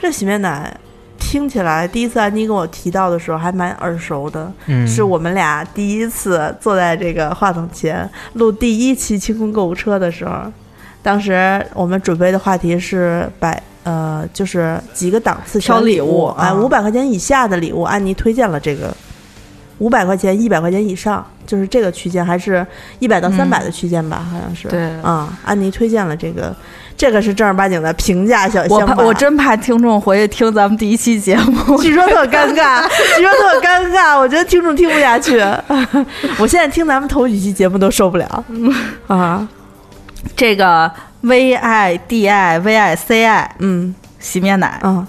C: 这洗面奶听起来，第一次安妮跟我提到的时候还蛮耳熟的，
E: 嗯，
C: 是我们俩第一次坐在这个话筒前录第一期清空购物车的时候，当时我们准备的话题是百呃，就是几个档次
D: 挑
C: 选
D: 礼
C: 礼
D: 物
C: 哎，
D: 啊
C: 五百块钱以下的礼物，安妮推荐了这个。五百块钱、一百块钱以上，就是这个区间，还是一百到三百
D: 嗯
C: 的区间吧？好像是。
D: 对
C: 啊、安妮推荐了这个，这个是正儿八经的平价小
D: 我
C: 箱
D: 怕
C: 吧。
D: 我真怕听众回去听咱们第一期节 目，
C: 据说特尴尬，据说特尴尬，我觉得听众听不下去。 我现在听咱们头几期节目都受不 了啊，
D: 这个 V I D I V I C I
C: 嗯
D: 洗面奶，
C: 啊，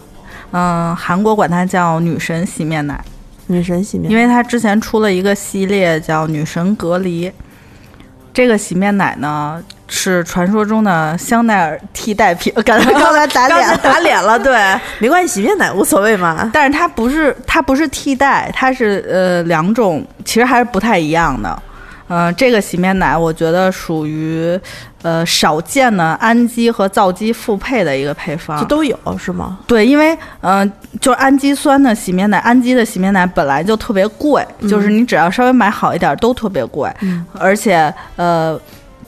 D: 嗯，韩国管它叫女神洗面奶，
C: 女神洗面
D: 因为它之前出了一个系列叫女神隔离，这个洗面奶呢是传说中的香奈儿替代 品，感觉刚才打
C: 刚
D: 脸
C: 才
D: 了。
C: 打脸了，对，没关系，洗面奶无所谓嘛。
D: 但是它不是它不是替代，它是呃两种，其实还是不太一样的。呃，这个洗面奶我觉得属于呃少见的氨基和皂基复配的一个配方
C: 就，都有是吗？
D: 对，因为嗯、呃就是氨基酸的洗面奶，氨基的洗面奶本来就特别贵，就是你只要稍微买好一点儿都特别贵，
C: 嗯
D: 而且呃，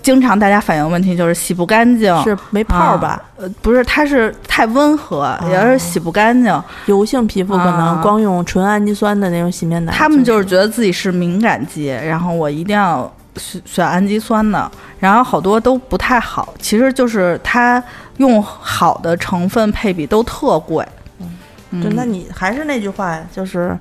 D: 经常大家反映问题就是洗不干净，
C: 是嗯没泡吧？
D: 啊呃，不是，它是太温和，也是洗不干净。
C: 油性皮肤可能
D: 啊
C: 光用纯氨基酸的那种洗面奶，
D: 他们就是觉得自己是敏感肌，然后我一定要选选氨基酸的，然后好多都不太好，其实就是它用好的成分配比都特贵。嗯
C: 对，那你还是那句话呀，就是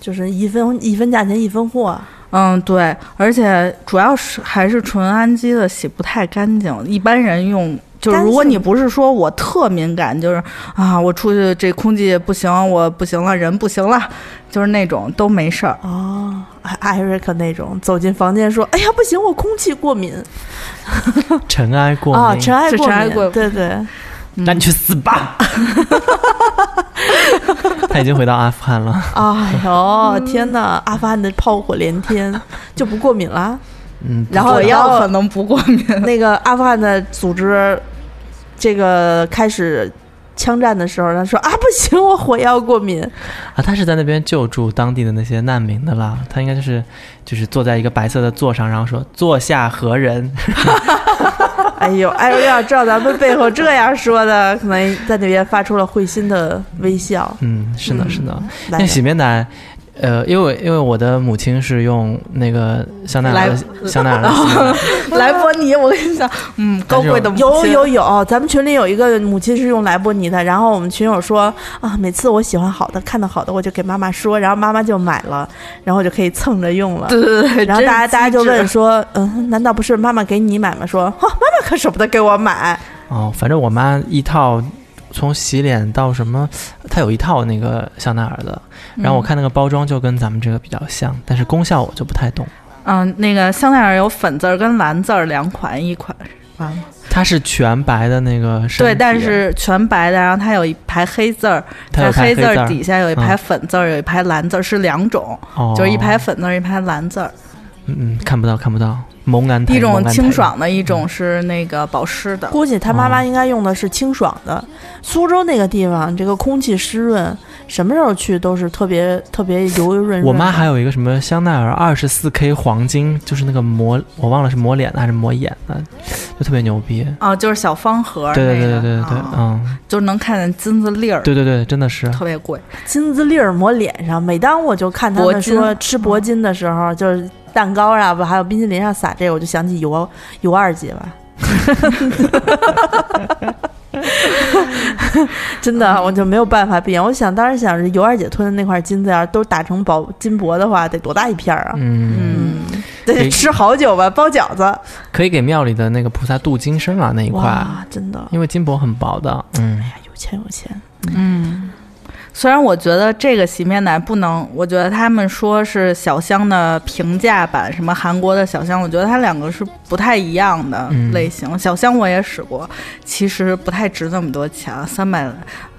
C: 就是一分一分价钱一分货，
D: 嗯，对，而且主要是还是纯氨基的洗不太干净，一般人用。就是
C: 干
D: 如果
C: 净
D: 你不是说我特敏感，就是啊，我出去这空气不行，我不行了，人不行了，就是那种都没事儿。
C: 哦，艾瑞克那种走进房间说：“哎呀，不行，我空气过敏
E: 尘埃过
C: 啊，
E: 敏
C: 尘埃
D: 是
C: 过
D: 哦尘埃
C: 敏，
D: 过敏
C: 对对，
E: 那你去死吧！ 他已经回到阿富汗了，
C: 哎呦，天哪，阿富汗的炮火连 天，就不过敏了。
E: 嗯，
C: 然后
D: 我药
C: 到
D: 可能不过敏，
C: 那个阿富汗的组织，这个开始枪战的时候，他说啊，不行，我火药过敏。
E: 啊，他是在那边救助当地的那些难民的啦。他应该就是就是坐在一个白色的座上，然后说坐下何人？
C: 哎呦，艾瑞克要知道咱们背后这样说的，可能在那边发出了会心的微笑。
E: 嗯，是的，
C: 嗯
E: 是的。
C: 来
E: 那洗面奶，呃，因为因为我的母亲是用那个香奈儿的
D: 来
E: 香奈儿的洗面奶，
D: 莱伯尼，我跟你讲，嗯，高贵的母
C: 有
D: 亲
C: 有有，咱们群里有一个母亲是用莱博尼的，然后我们群友说啊，每次我喜欢好的，看到好的我就给妈妈说，然后妈妈就买了，然后就可以蹭着用了。
D: 对对对，
C: 然后
D: 真
C: 大家
D: 是
C: 大家就
D: 机智
C: 问说，嗯，难道不是妈妈给你买吗？说，哈、妈妈可舍不得给我买，
E: 哦，反正我妈一套从洗脸到什么，她有一套那个香奈儿的，然
D: 嗯
E: 后我看那个包装就跟咱们这个比较像，但是功效我就不太懂。
D: 嗯，那个香奈儿有粉字儿跟蓝字儿两款，一款完了。
E: 它是全白的那个身体，
D: 对，但是全白的，然后它有一排黑字儿，
E: 它有
D: 在
E: 排
D: 黑
E: 黑
D: 字
E: 字
D: 儿
E: 儿嗯
D: 底下有一排粉字儿，有一排蓝字儿，是两种，
E: 哦、
D: 就是一排，粉字儿，一排蓝字儿，
E: 嗯嗯，看不到看不到，蒙眼
D: 一
E: 台
D: 种
E: 蒙眼
D: 清
E: 台
D: 爽的，一
E: 嗯
D: 种是那个保湿的。
C: 估计他
D: 哦
C: 妈妈应该用的是清爽的。苏州那个地方，这个空气湿润，什么时候去都是特别特别油油润润的。啊
E: 我妈还有一个什么香奈儿二十四 K 黄金，就是那个磨，我忘了是磨脸的还是磨眼的，就特别牛逼。
D: 哦，就是小方盒儿那
E: 对
D: 个，
E: 对对对对对
D: 啊，
E: 嗯，
D: 就能看见金子粒儿，
E: 对对对，真的是。
D: 特别贵。
C: 金子粒儿抹脸上。每当我就看他
D: 铂
C: 们
D: 金
C: 说吃铂金的时候，就是蛋糕啊，不还有冰淇淋上撒这个，我就想起尤尤二姐吧。 真的，我就没有办法避免。我想当时想着尤二姐吞的那块金子要是都打成宝金箔的话，得多大一片儿啊！
E: 嗯，
D: 嗯，
C: 得吃好久吧，包饺子。
E: 可以给庙里的那个菩萨镀金身啊那一块，
C: 哇，哎真的
E: 因为金箔很薄的。嗯，
C: 有钱有钱。
D: 虽然我觉得这个洗面奶不能，我觉得他们说是小香的平价版，什么韩国的小香，我觉得它两个是不太一样的
E: 嗯
D: 类型。小香我也使过，其实不太值那么多钱，啊三百，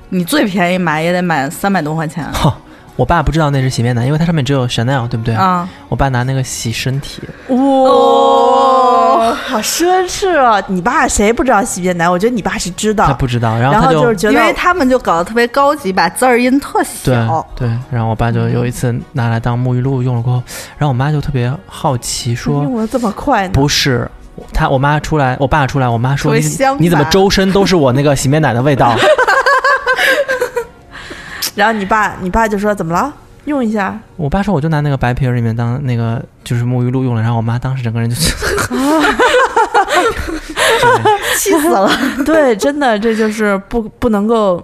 D: 你最便宜买也得买三百多块钱啊
E: 哈、我爸不知道那是洗面奶，
C: 啊
E: 因为它上面只有 Chanel，对不对？
D: 啊！
E: 我爸拿那个洗身体，
C: 哇、哦，哦，好奢侈啊！你爸谁不知道洗面奶？我觉得你爸是知
E: 他
C: 道，
E: 不知道，然
C: 然
E: 后他
C: 就是觉
D: 因为
C: 得哦
D: 他们就搞得特别高级，把字儿印特
E: 对
D: 小。
E: 对，然后我爸就有一次拿来当沐浴露用了过后，然后我妈就特别好奇说，
C: 用的这么快呢，
E: 不是，他我妈出来，我爸出来，我妈说
D: 会
E: 你
D: 相
E: 你怎么
D: 反
E: 周身都是我那个洗面奶的 味道？
C: 然后你爸你爸就说怎么了？用一下，
E: 我爸说我就拿那个白瓶儿里面当那个就是沐浴露用了，然后我妈当时整个人就对
D: 气死了！
C: 对，真的这就是不不能够，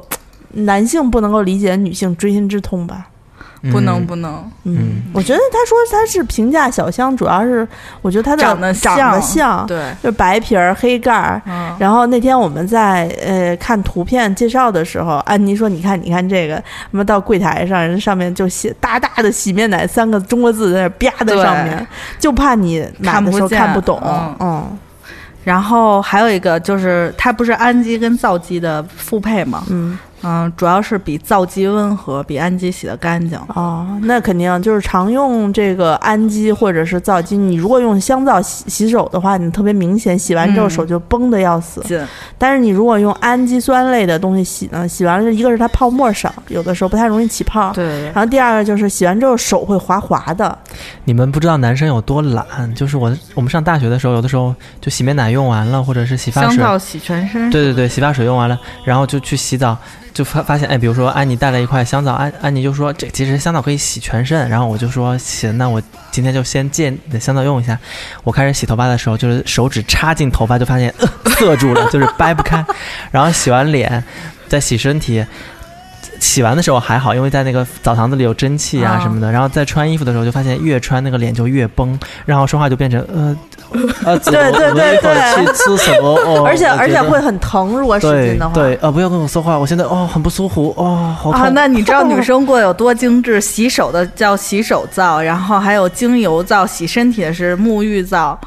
C: 男性不能够理解女性锥心之痛吧？
D: 不能
E: 嗯
D: 不能，
E: 嗯，
C: 我觉得他说他是评价小香，主要是我觉得他的
D: 长得
C: 长得像，
D: 对，
C: 就是白皮儿黑盖儿。
D: 嗯，
C: 然后那天我们在呃看图片介绍的时候，安妮说：“你看，你看这个什么到柜台上，人上面就写大大的‘洗面奶’三个中国字在那啪在上面，就怕你买的时候看
D: 看
C: 不
D: 不
C: 懂
D: 见。
C: 嗯”
D: 然后还有一个就是，它不是氨基跟皂基的复配嘛？
C: 嗯
D: 嗯，主要是比皂基温和，比氨基洗的干净。
C: 哦，那肯定就是常用这个氨基或者是皂基。你如果用香皂洗洗手的话，你特别明显，洗完之后
D: 嗯
C: 手就崩的要死。
D: 紧，
C: 但是你如果用氨基酸类的东西洗呢，洗完了一个是它泡沫少，有的时候不太容易起泡。
D: 对对对，
C: 然后第二个就是洗完之后手会滑滑的，
E: 你们不知道男生有多懒，就是我我们上大学的时候，有的时候就洗面奶用完了，或者是洗发
D: 香
E: 水，
D: 皂洗全身。
E: 对对对，洗发水用完了，然后就去洗澡，就发发现，哎，比如说安妮带了一块香皂，安安妮就说这其实香皂可以洗全身，然后我就说行，那我今天就先借你的香皂用一下。我开始洗头发的时候，就是手指插进头发就发现呃塞住了，就是掰不开，然后洗完脸，再洗身体。洗完的时候还好，因为在那个澡堂子里有蒸汽啊
D: 啊
E: 什么的。然后再穿衣服的时候，就发现越穿那个脸就越崩，然后说话就变成呃 呃，怎么
C: 对对
E: 我
C: 对
E: 一会儿
C: 对
E: 去吃什么？哦，
C: 而且
E: 我觉
C: 而且
E: 得
C: 会很疼，如果使
E: 对
C: 劲的话。
E: 对，呃，不要跟我说话，我现在哦很不舒服，哦好痛。
D: 啊，那你知道女生过得有多精致？洗手的叫洗手皂，然后还有精油皂，洗身体的是沐浴皂，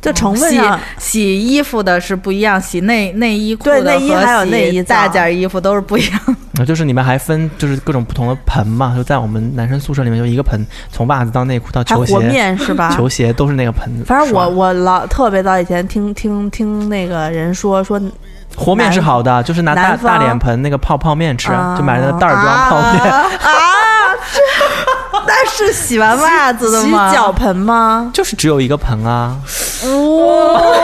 C: 就成分
D: 洗
C: 上，
D: 洗衣服的是不一样，洗内内衣裤的
C: 对内衣
D: 和
C: 还有
D: 洗
C: 内衣皂
D: 大件衣服都是不一样。
E: 那就是你们还分就是各种不同的盆嘛，就在我们男生宿舍里面就一个盆，从袜子到内裤到
C: 还
E: 球
C: 和
E: 鞋，
C: 面是吧？
E: 球鞋都是那个盆刷。
C: 反正我我老特别早以前听听听那个人说说
E: 和面是好的，就是拿大
C: 南方
E: 大脸盆那个泡泡面吃，
C: 啊
E: 就买那个袋儿装泡面，
D: 啊，这那是洗完袜子的
C: 洗
D: 吗？
C: 脚盆吗？
E: 就是只有一个盆啊。
C: 哎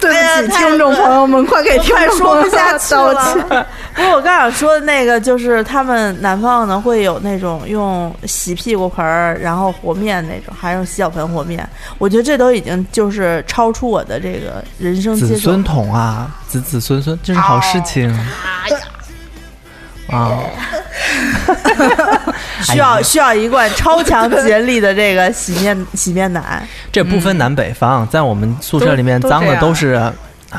D: 对不起，听众朋友们，快给听众
C: 说
D: 朋
C: 不
D: 友
C: 下
D: 们
C: 去
D: 道
C: 了
D: 歉。。
C: 不过我刚想说的那个，就是他们南方可能会有那种用洗屁股盆儿，然后和面那种，还有洗脚盆和面。我觉得这都已经就是超出我的这个人生
E: 子
C: 接受
E: 孙。桶啊，子子孙孙，这是好事情。啊，
C: 需要需要一罐超强洁力的这个洗面洗面奶，
E: 这不分南北方，在我们宿舍里面
D: 嗯都都
E: 脏
D: 这
E: 的
D: 样哎
E: 都是啊，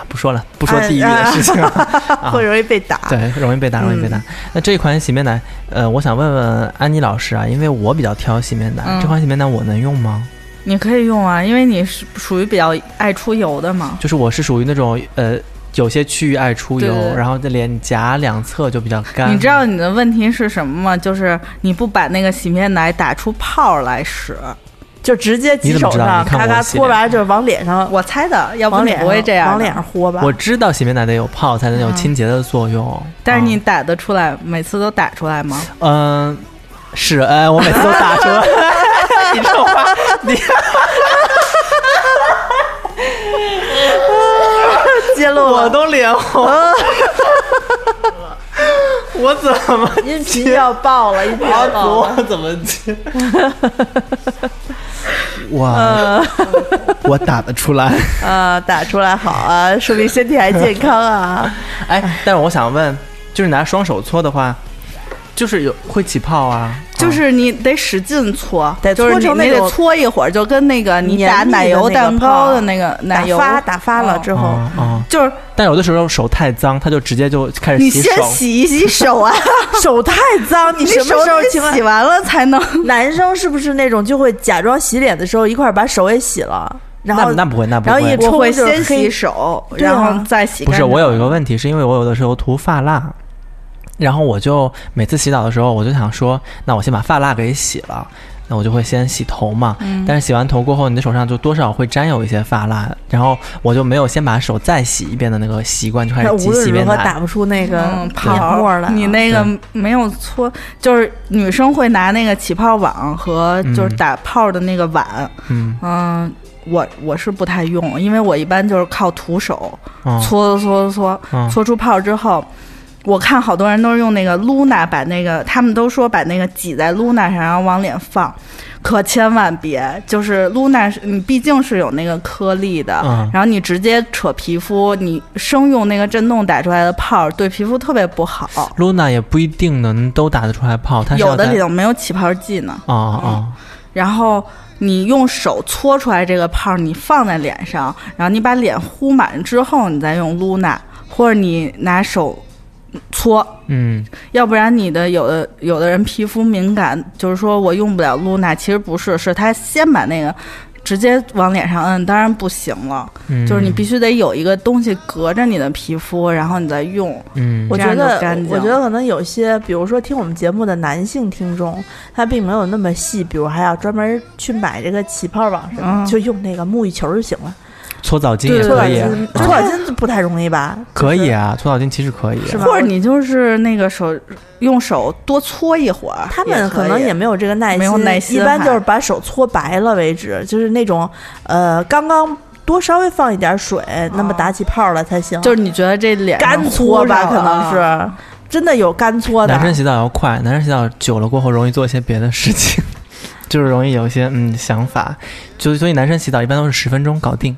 E: 不说了，不说地域的事情了。 啊
C: 会容易被打。
E: 对，容易被打，
D: 嗯
E: 容易被打。那这款洗面奶，呃，我想问问安妮老师啊，因为我比较挑洗面奶，
D: 嗯
E: 这款洗面奶我能用吗？
D: 你可以用啊，因为你是属于比较爱出油的嘛。
E: 就是我是属于那种呃，有些区域爱出油，
D: 对对对
E: 然后脸颊两侧就比较干。
C: 嗯
D: 你知道你的问题是什么吗？就是你不把那个洗面奶打出泡来使。
C: 就直接挤
E: 你怎么
C: 手
E: 知道
C: 上，
E: 你看
C: 咔
E: 我
C: 咔
E: 洗
C: 搓
E: 脸
C: 完就往脸上，
D: 我猜的，要不
C: 往
D: 你
C: 脸
D: 不会
C: 上
D: 这样。
C: 往脸，上豁吧。
E: 啊我知道洗面奶得有泡才能有清洁的作用，
D: 嗯但是你
E: 嗯
D: 打得出来，每次都打出来吗？
E: 嗯、是哎，我每次都 打出来。你这种话，你
C: 揭露了
E: 我都脸红。我怎么
C: 音频要爆了，音频要爆 了。
E: 我怎么接？哇，我打得出来。
C: 呃，打出来好啊，说明身体还健康啊。
E: 哎，但是我想问，就是拿双手搓的话，就是有会起泡啊？
D: 就是你得使劲搓，
C: 啊得
D: 就是
C: 搓
D: 你
C: 成那
D: 你
C: 种
D: 得搓一会儿，就跟那个你打
C: 黏腻的
D: 奶
C: 那
D: 油
C: 个
D: 蛋糕
C: 泡
D: 的那个奶油
C: 打发打发了
D: 嗯
C: 之
E: 哦
C: 后，
E: 哦哦，
D: 就是
E: 但有的时候手太脏，它就直接就开始
D: 你
E: 洗
D: 先
E: 手。
D: 洗一洗 手啊，
C: 手太 脏，你
D: 你
C: 什么时候
D: 手得
C: 请问
D: 洗完了才能？
C: 男生是不是那种就会假装洗脸的时候一块儿把手也洗了，然
E: 那
C: 后
E: 那不会，那不
C: 然后一
E: 会。
C: 冲
D: 我会
C: 就是
D: 先
C: 黑
D: 洗手，
C: 对啊
D: 然后再洗
E: 不
D: 干
E: 是，
D: 净。
E: 我有一个问题，是因为我有的时候涂发蜡，然后我就每次洗澡的时候，我就想说，那我先把发蜡给洗了。那我就会先洗头嘛。
D: 嗯
E: 但是洗完头过后，你的手上就多少会沾有一些发蜡，然后我就没有先把手再洗一遍的那个习惯，就开
C: 他
E: 始
C: 无
E: 几
C: 论
E: 洗一
C: 如
E: 遍
C: 何
E: 的
C: 打不出那个
D: 嗯，泡
C: 泡沫来啊。
D: 你那个没有搓，就是女生会拿那个起泡网和就是
E: 嗯
D: 打泡的那个碗，
E: 嗯，
D: 嗯，我我是不太用，因为我一般就是靠徒手
E: 嗯
D: 搓搓搓搓
E: 嗯
D: 搓出泡之后，我看好多人都是用那个 Luna 把那个，他们都说把那个挤在 Luna 上，然后往脸放，可千万别，就是 Luna 是你毕竟是有那个颗粒的，
E: 嗯
D: 然后你直接扯皮肤，你生用那个震动打出来的泡对皮肤特别不好，
E: Luna 也不一定能都打得出来泡，它是
D: 有
E: 要
D: 的
E: 在
D: 里头没有起泡剂呢。
E: 啊啊
D: 然后你用手搓出来这个泡儿，你放在脸上，然后你把脸呼满之后，你再用露娜，或者你拿手搓，
E: 嗯
D: 要不然你的有的有的人皮肤敏感，就是说我用不了露娜，其实不是，是他先把那个。直接往脸上摁，当然不行了。
E: 嗯，
D: 就是你必须得有一个东西隔着你的皮肤，然后你再用。
E: 嗯
C: 我
D: 这
C: 觉
D: 样就
C: 得
D: 干，净
C: 我觉得可能有些，比如说听我们节目的男性听众，他并没有那么细，比如还要专门去买这个起泡网什么，
D: 嗯
C: 就用那个沐浴球就行了。
E: 搓澡巾也
D: 对
C: 搓澡
E: 可以啊，
C: 巾，
E: 啊
C: 搓澡巾就不太容易吧？
E: 可以啊，搓澡巾其实可以啊，
C: 是吧
D: 或者你就是那个手用手多搓一会儿，
C: 他们可
D: 可
C: 能
D: 以
C: 也没有这个耐心，
D: 没有耐心
C: 一般就是
D: 还
C: 把手搓白了为止，就是那种呃刚刚多稍微放一点水，那么打起泡来才行。
D: 哦就是你觉得这脸上
C: 啊干啊搓吧，
D: 糊
C: 可
D: 上了啊
C: 能是真的有干搓的
E: 男。生洗澡要快，男生洗澡久了过后容易做一些别的事情， 就是容易有一些嗯想法，就所以男生洗澡一般都是十分钟搞定。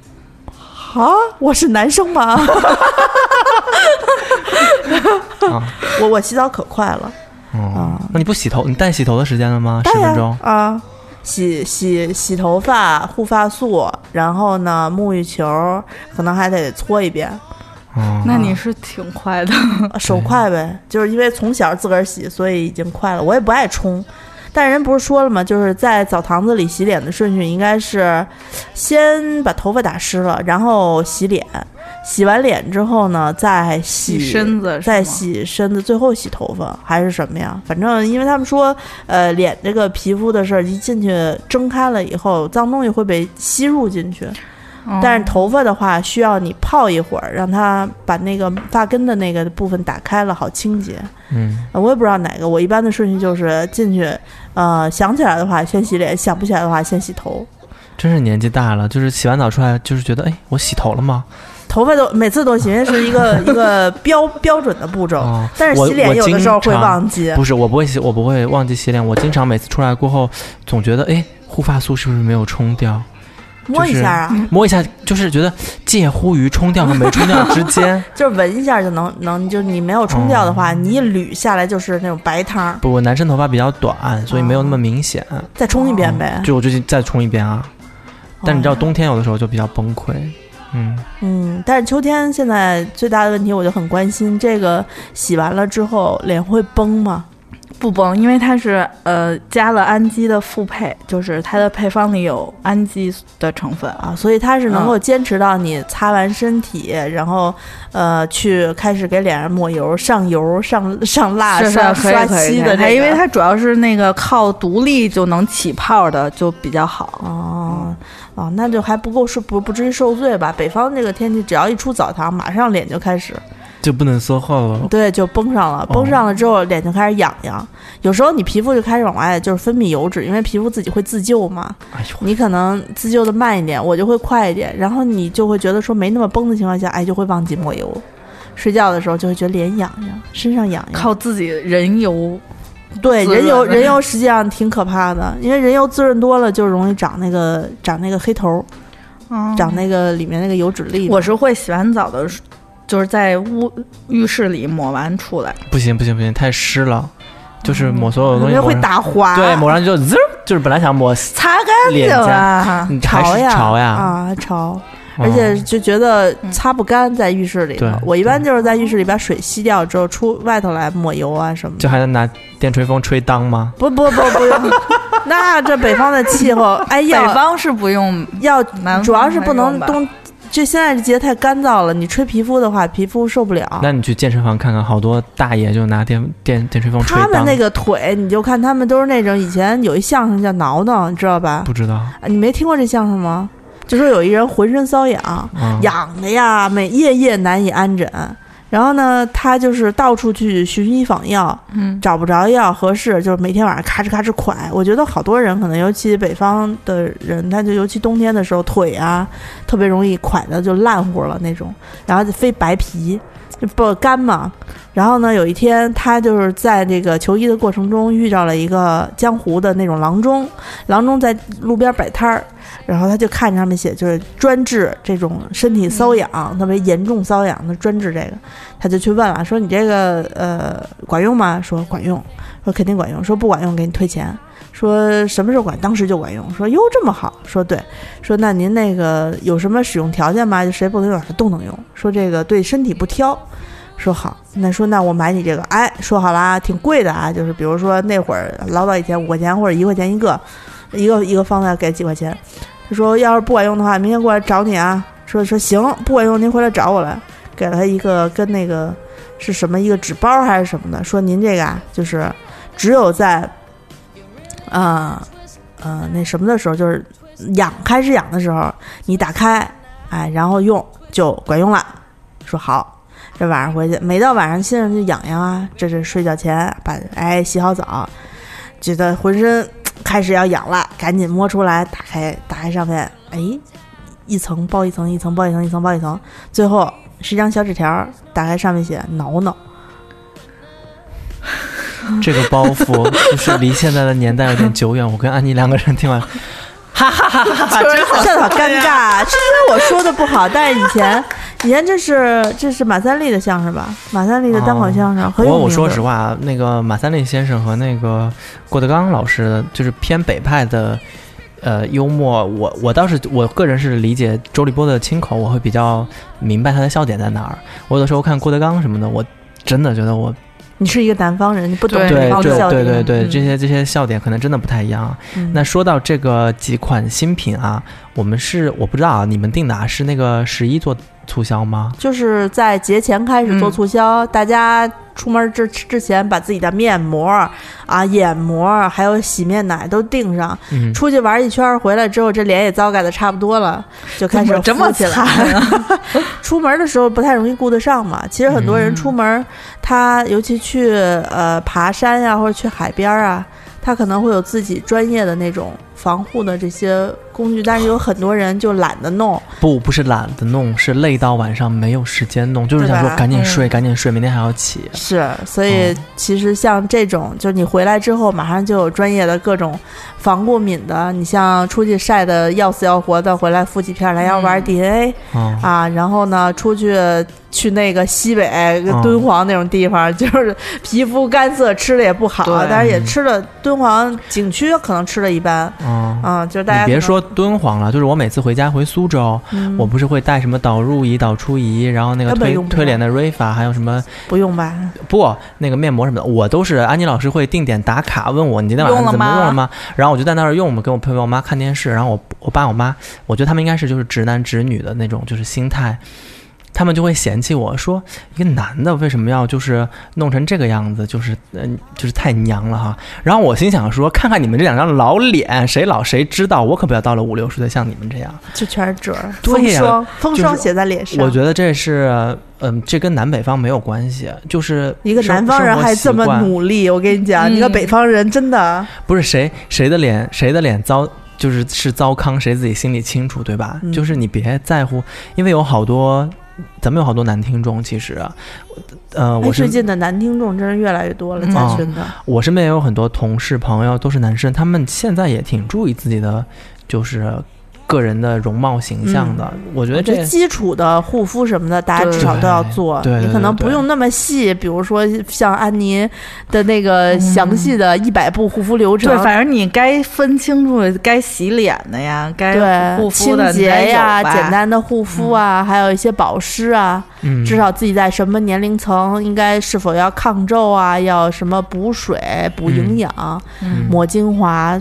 C: 啊，我是男生吗？
E: 啊
C: 我我洗澡可快了，
E: 哦
C: 啊，
E: 那你不洗头，你带洗头的时间了吗？十
C: 当
E: 分
C: 然
E: 钟。
C: 啊，洗洗洗头发、护发素，然后呢，沐浴球可能还得搓一遍，
E: 哦，
D: 那你是挺快的，
C: 手快呗，就是因为从小自个儿洗，所以已经快了。我也不爱冲，但人不是说了吗？就是在澡堂子里洗脸的顺序应该是先把头发打湿了，然后洗脸，洗完脸之后呢，再洗
D: 身子，
C: 再。洗身子，最后洗头发还是什么呀？反正因为他们说，呃，脸这个皮肤的事儿，一进去睁开了以后，脏东西会被吸入进去。但是头发的话，需要你泡一会儿，让它把那个发根的那个部分打开了，好清洁。
E: 嗯，
C: 呃我也不知道哪个，我一般的顺序就是进去，呃，想起来的话先洗脸，想不起来的话先洗头。
E: 真是年纪大了，就是洗完澡出来，就是觉得哎，我洗头了吗？
C: 头发都每次都洗，因为是一 个一个标标准的步骤。
E: 哦，
C: 但是
E: 我
C: 洗脸
E: 我
C: 有的时候
E: 经
C: 会
E: 常
C: 忘记，
E: 不是，我不会洗，我不会忘记洗脸。我经常每次出来过后，总觉得哎，护发素是不是没有冲掉？
C: 摸一
E: 就是
C: 下啊。
E: 摸一下，就是觉得介乎于冲掉和没冲掉之间。
C: 就是闻一下就能能，就是你没有冲掉的话，
D: 嗯
C: 你一捋下来就是那种白汤儿，
E: 不，我男生头发比较短，所以没有那
C: 哦
E: 么明显。
C: 再冲一
D: 哦
C: 遍呗。
E: 就我最近再冲一遍啊，但你知道
C: 哦，
E: 冬天有的时候就比较崩溃。嗯，
C: 嗯，但是秋天现在最大的问题，我就很关心这个洗完了之后脸会崩吗？
D: 不崩，因为它是呃加了氨基的复配，就是它的配方里有氨基的成分啊。
C: 啊，所以它是能
D: 嗯
C: 够坚持到你擦完身体，然后呃去开始给脸上抹油、上油、上上蜡、
D: 是是
C: 上
D: 可以
C: 啊刷
D: 可以
C: 漆的
D: 可
C: 这
D: 以它
C: 个，
D: 因为它主要是那个靠独立就能起泡的就比较好。嗯
C: 哦哦，那就还不够受不不至于受罪吧？北方这个天气，只要一出澡堂，马上脸就开始。
E: 就不能缩后了。
C: 对，就崩上了，崩
E: 哦
C: 上了之后脸就开始痒痒，有时候你皮肤就开始往外就是分泌油脂，因为皮肤自己会自救嘛，
E: 哎呦，
C: 你可能自救的慢一点，我就会快一点，然后你就会觉得说没那么崩的情况下，哎，就会忘记抹油，睡觉的时候就会觉得脸痒痒，身上痒痒。
D: 靠自己人油，
C: 对
D: 滋
C: 人油
D: 润的
C: 人油实际上挺可怕的，因为人油滋润多了就容易长那个长那个黑头，
E: 哦
C: 长那个里面那个油脂粒。
D: 我是会洗完澡的时候，就是在屋浴室里抹完出来，
E: 不行不行不行，太湿了，就是抹所有东
C: 因
E: 西
C: 为
E: 抹
C: 嗯会
E: 上，
C: 打滑，
E: 对，抹上去就滋儿，就是本来想抹，
D: 擦干
C: 啊
D: 净
E: 脸颊
D: 了。
E: 你还
C: 潮
E: 是
C: 呀
E: 潮呀，
C: 啊潮。
E: 嗯
C: 而且就觉得
D: 嗯
C: 擦不干，在浴室里头。
E: 对
C: 我一般就是在浴室里把水吸掉之后，出外头来抹油啊什么
E: 就
C: 的。
E: 还能拿电吹风吹裆吗？
C: 不不不不 用，那这北方的气候，哎
D: 北
C: 要
D: 方是不用
C: 要
D: 南方
C: 主要是不能
D: 还用吧
C: 冬，这现在这节太干燥了，你吹皮肤的话，皮肤受不了。
E: 那你去健身房看看，好多大爷就拿电电电吹风吹
C: 他们
E: 裆
C: 那个腿，你就看他们都是那种以前有一相声叫挠挠，你知道吧？
E: 不知道，
C: 啊你没听过这相声吗？就说有一人浑身瘙痒，
E: 嗯，
C: 痒的呀，每夜夜难以安枕。然后呢，他就是到处去寻医访药，
D: 嗯，
C: 找不着药合适，就是每天晚上咔哧咔哧蒯。我觉得好多人可能，尤其北方的人，他就尤其冬天的时候，腿啊特别容易蒯的就烂乎了那种，然后就非白皮，就不干嘛。然后呢，有一天他就是在这个求医的过程中遇到了一个江湖的那种郎中，郎中在路边摆摊儿，然后他就看上面写就是专治这种身体瘙痒、特别严重瘙痒的专治这个，他就去问了，说你这个呃管用吗？说管用，说肯定管用，说不管用给你退钱，说什么时候管当时就管用，说哟这么好，说对，说那您那个有什么使用条件吗？就谁不能用说都能用，说这个对身体不挑。说好，那说那我买你这个，哎，说好啦，挺贵的啊，就是比如说那会儿老早以前五块钱或者一块钱一个，一个一个方子给几块钱，他说要是不管用的话，明天过来找你啊。说说行，不管用您回来找我来。给了他一个跟那个是什么一个纸包还是什么的，说您这个啊，就是只有在，啊呃那什么的时候，就是痒开始痒的时候，你打开，哎，然后用就管用了。说好，这晚上回去，每到晚上身上就痒痒啊，这是睡觉前把哎洗好澡，觉得浑身开始要痒了，赶紧摸出来，打开，打开上面，哎，一层包一层，一层包一层，一层包一层，最后是一张小纸条，打开上面写挠挠。
E: 嗯这个包 袱就是离现在的年代有点久远。我跟安妮两个人听完，
C: 这好尴尬，是因为我说的不好，但是以前，以前这是这是马三立的相声吧？马三立的单口相声，
E: 不
C: 很有名的
E: 过我说实，话，那个马三立先生和那个郭德纲老师，就是偏北派的，呃，幽默。我我倒是我个人是理解周立波的亲口，我会比较明白他的笑点在哪儿。我有的时候看郭德纲什么的，我真的觉得我
C: 你是一个南方人，你不懂
D: 对
C: 北
E: 对
C: 方的笑
E: 对对
C: 点。
E: 对对，
D: 嗯
E: 这些这些笑点可能真的不太一样。
C: 嗯
E: 那说到这个几款新品啊，我们是我不知道啊，你们定的啊是那个十一做促销吗？
C: 就是在节前开始做促销，
E: 嗯
C: 大家出门之之前把自己的面膜啊、眼膜还有洗面奶都订上，
E: 嗯，
C: 出去玩一圈儿回来之后，这脸也糟改的差不多了，就开始
D: 怎么这么啊
C: 敷起来。 出门的时候不太容易顾得上嘛。其实很多人出门
D: 嗯
C: 儿，他尤其去呃爬山呀、或者去海边儿啊，他可能会有自己专业的那种防护的这些工具，但是有很多人就懒得弄。
E: 不，不是懒得弄，是累到晚上没有时间弄，就是想
C: 对
E: 说
C: 吧
E: 赶紧
D: 嗯
E: 睡，赶紧睡，明天还要起。
C: 是，所以
E: 嗯
C: 其实像这种，就是你回来之后马上就有专业的各种防过敏的，你像出去晒的要死要活的，回来敷几片蓝药丸、
D: 嗯
C: DNA。
E: 嗯，
C: 啊，然后呢，出去去那个西北
E: 嗯
C: 敦煌那种地方， 就是皮肤干涩，吃的也不好，
D: 对
C: 但是也
E: 嗯
C: 吃了敦煌景区可能吃的一般，
E: 嗯
C: 嗯，就是大家
E: 你别
C: 可能
E: 说敦煌了，就是我每次回家回苏州，
C: 嗯
E: 我不是会带什么导入仪、导出仪，然后那个
C: 根本
E: 推
C: 用不
E: 推
C: 上
E: 脸的瑞法，还有什么
C: 不用吧，
E: 不，那个面膜什么的，我都是安妮老师会定点打卡，问我你今天晚
D: 用了
E: 上怎么
D: 吗
E: 用了吗？然后我就在那儿用，我们跟我陪我妈看电视，然后我我爸我妈，我觉得他们应该是就是直男直女的那种就是心态，他们就会嫌弃我说一个男的为什么要就是弄成这个样子，就是嗯、就是太娘了哈。然后我心想说，看看你们这两张老脸，谁老谁知道，我可不要到了五六十岁像你们这样。
C: 就全是褶儿，
E: 对
C: 风
E: 呀
C: 霜，风
E: 就是
C: 霜写在脸上，
E: 我觉得这是嗯、这跟南北方没有关系，就是
C: 一个
E: 生
C: 南方人
E: 生活
C: 还
E: 习
C: 这么
E: 惯
C: 努力，我跟你讲，一个
D: 嗯
C: 北方人真的，
E: 不是谁谁的脸谁的脸糟，就是是糟糠，谁自己心里清楚，对吧？
C: 嗯
E: 就是你别在乎，因为有好多，咱们有好多男听众，其实啊，呃，
C: 哎
E: 我
C: 最
E: 是
C: 近的男听众真是越来越多了，
D: 嗯
C: 在
E: 哦
C: 群的，
E: 我身边也有很多同事朋友都是男生，他们现在也挺注意自己的，就是。个人的容貌形象的，我觉
C: 嗯
E: 得
C: 我觉
E: 这
C: 得基础的护肤什么的，大家至少都要做。
E: 对对对
C: 你可能不用那么细，比如说像安妮的那个详细的一百步护肤流程
D: 嗯对，，反正你该分清楚该洗脸的呀，该护
C: 对
D: 肤
C: 清
D: 的
C: 洁呀、
D: 你得有吧嗯
C: 简单的护肤啊，还有一些保湿啊，
E: 嗯，
C: 至少自己在什么年龄层应该是否要抗皱啊，要什么补水、补营养、
E: 嗯
C: 抹精华。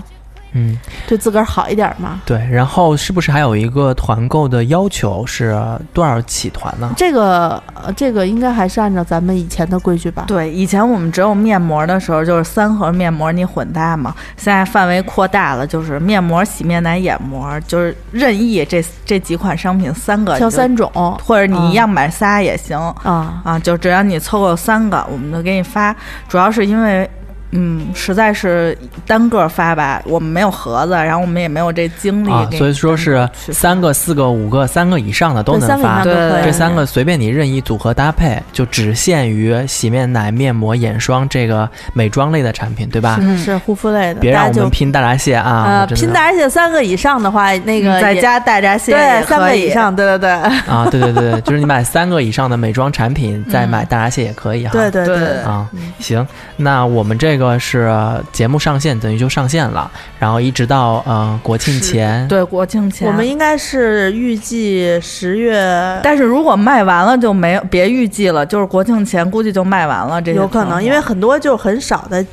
E: 嗯，
C: 对自个儿好一点嘛。
E: 对。然后是不是还有一个团购的要求是多少起团呢？
C: 这个呃，这个应该还是按照咱们以前的规矩吧？
D: 对，以前我们只有面膜的时候，就是三盒面膜你混搭嘛。现在范围扩大了，就是面膜、洗面奶、眼膜，就是任意这这几款商品三个
C: 挑
D: 你就，
C: 三种嗯
D: 或者你一样买仨也行、
C: 啊，
D: 啊，就只要你凑够三个，我们就给你发。主要是因为。嗯，实在是单个发吧，我们没有盒子，然后我们也没有这精力、
E: 啊，
D: 给
E: 所以
D: 你
E: 说
D: 单
E: 是
D: 个去发
E: 三个、四个、五个、三个以上的都
C: 对
E: 能
C: 三个以
E: 发
C: 上。都
D: 对
C: 可以。
E: 这三个随便你任意组合搭配，就只限于洗面奶、面膜、眼霜这个美妆类的产品，对吧？
D: 嗯
C: 是护肤类的，
E: 啊别让
C: 大
E: 我
C: 家就
E: 们拼大闸蟹啊！
C: 呃
E: 我真的
C: 拼单，而且三个以上的话，那个
D: 嗯在
C: 也
D: 家带闸蟹也
C: 对
D: 可
C: 三个以
D: 以
C: 上，对对对
E: 啊！对对对，对就是你买三个以上的美妆产品，再买大闸蟹也可以哈。
C: 嗯对对对嗯
D: 对
E: 啊，行，那我们这个是呃节目上线，等于就上线了，然后一直到呃国庆
D: 是
E: 前，
D: 对国庆前
C: 我们应该是预计十月，
D: 但是如果卖完了就没有别预计了，就是国庆前估计就卖完了这些
C: 有
D: 存
C: 可
D: 货。
C: 能，因为很多就很少的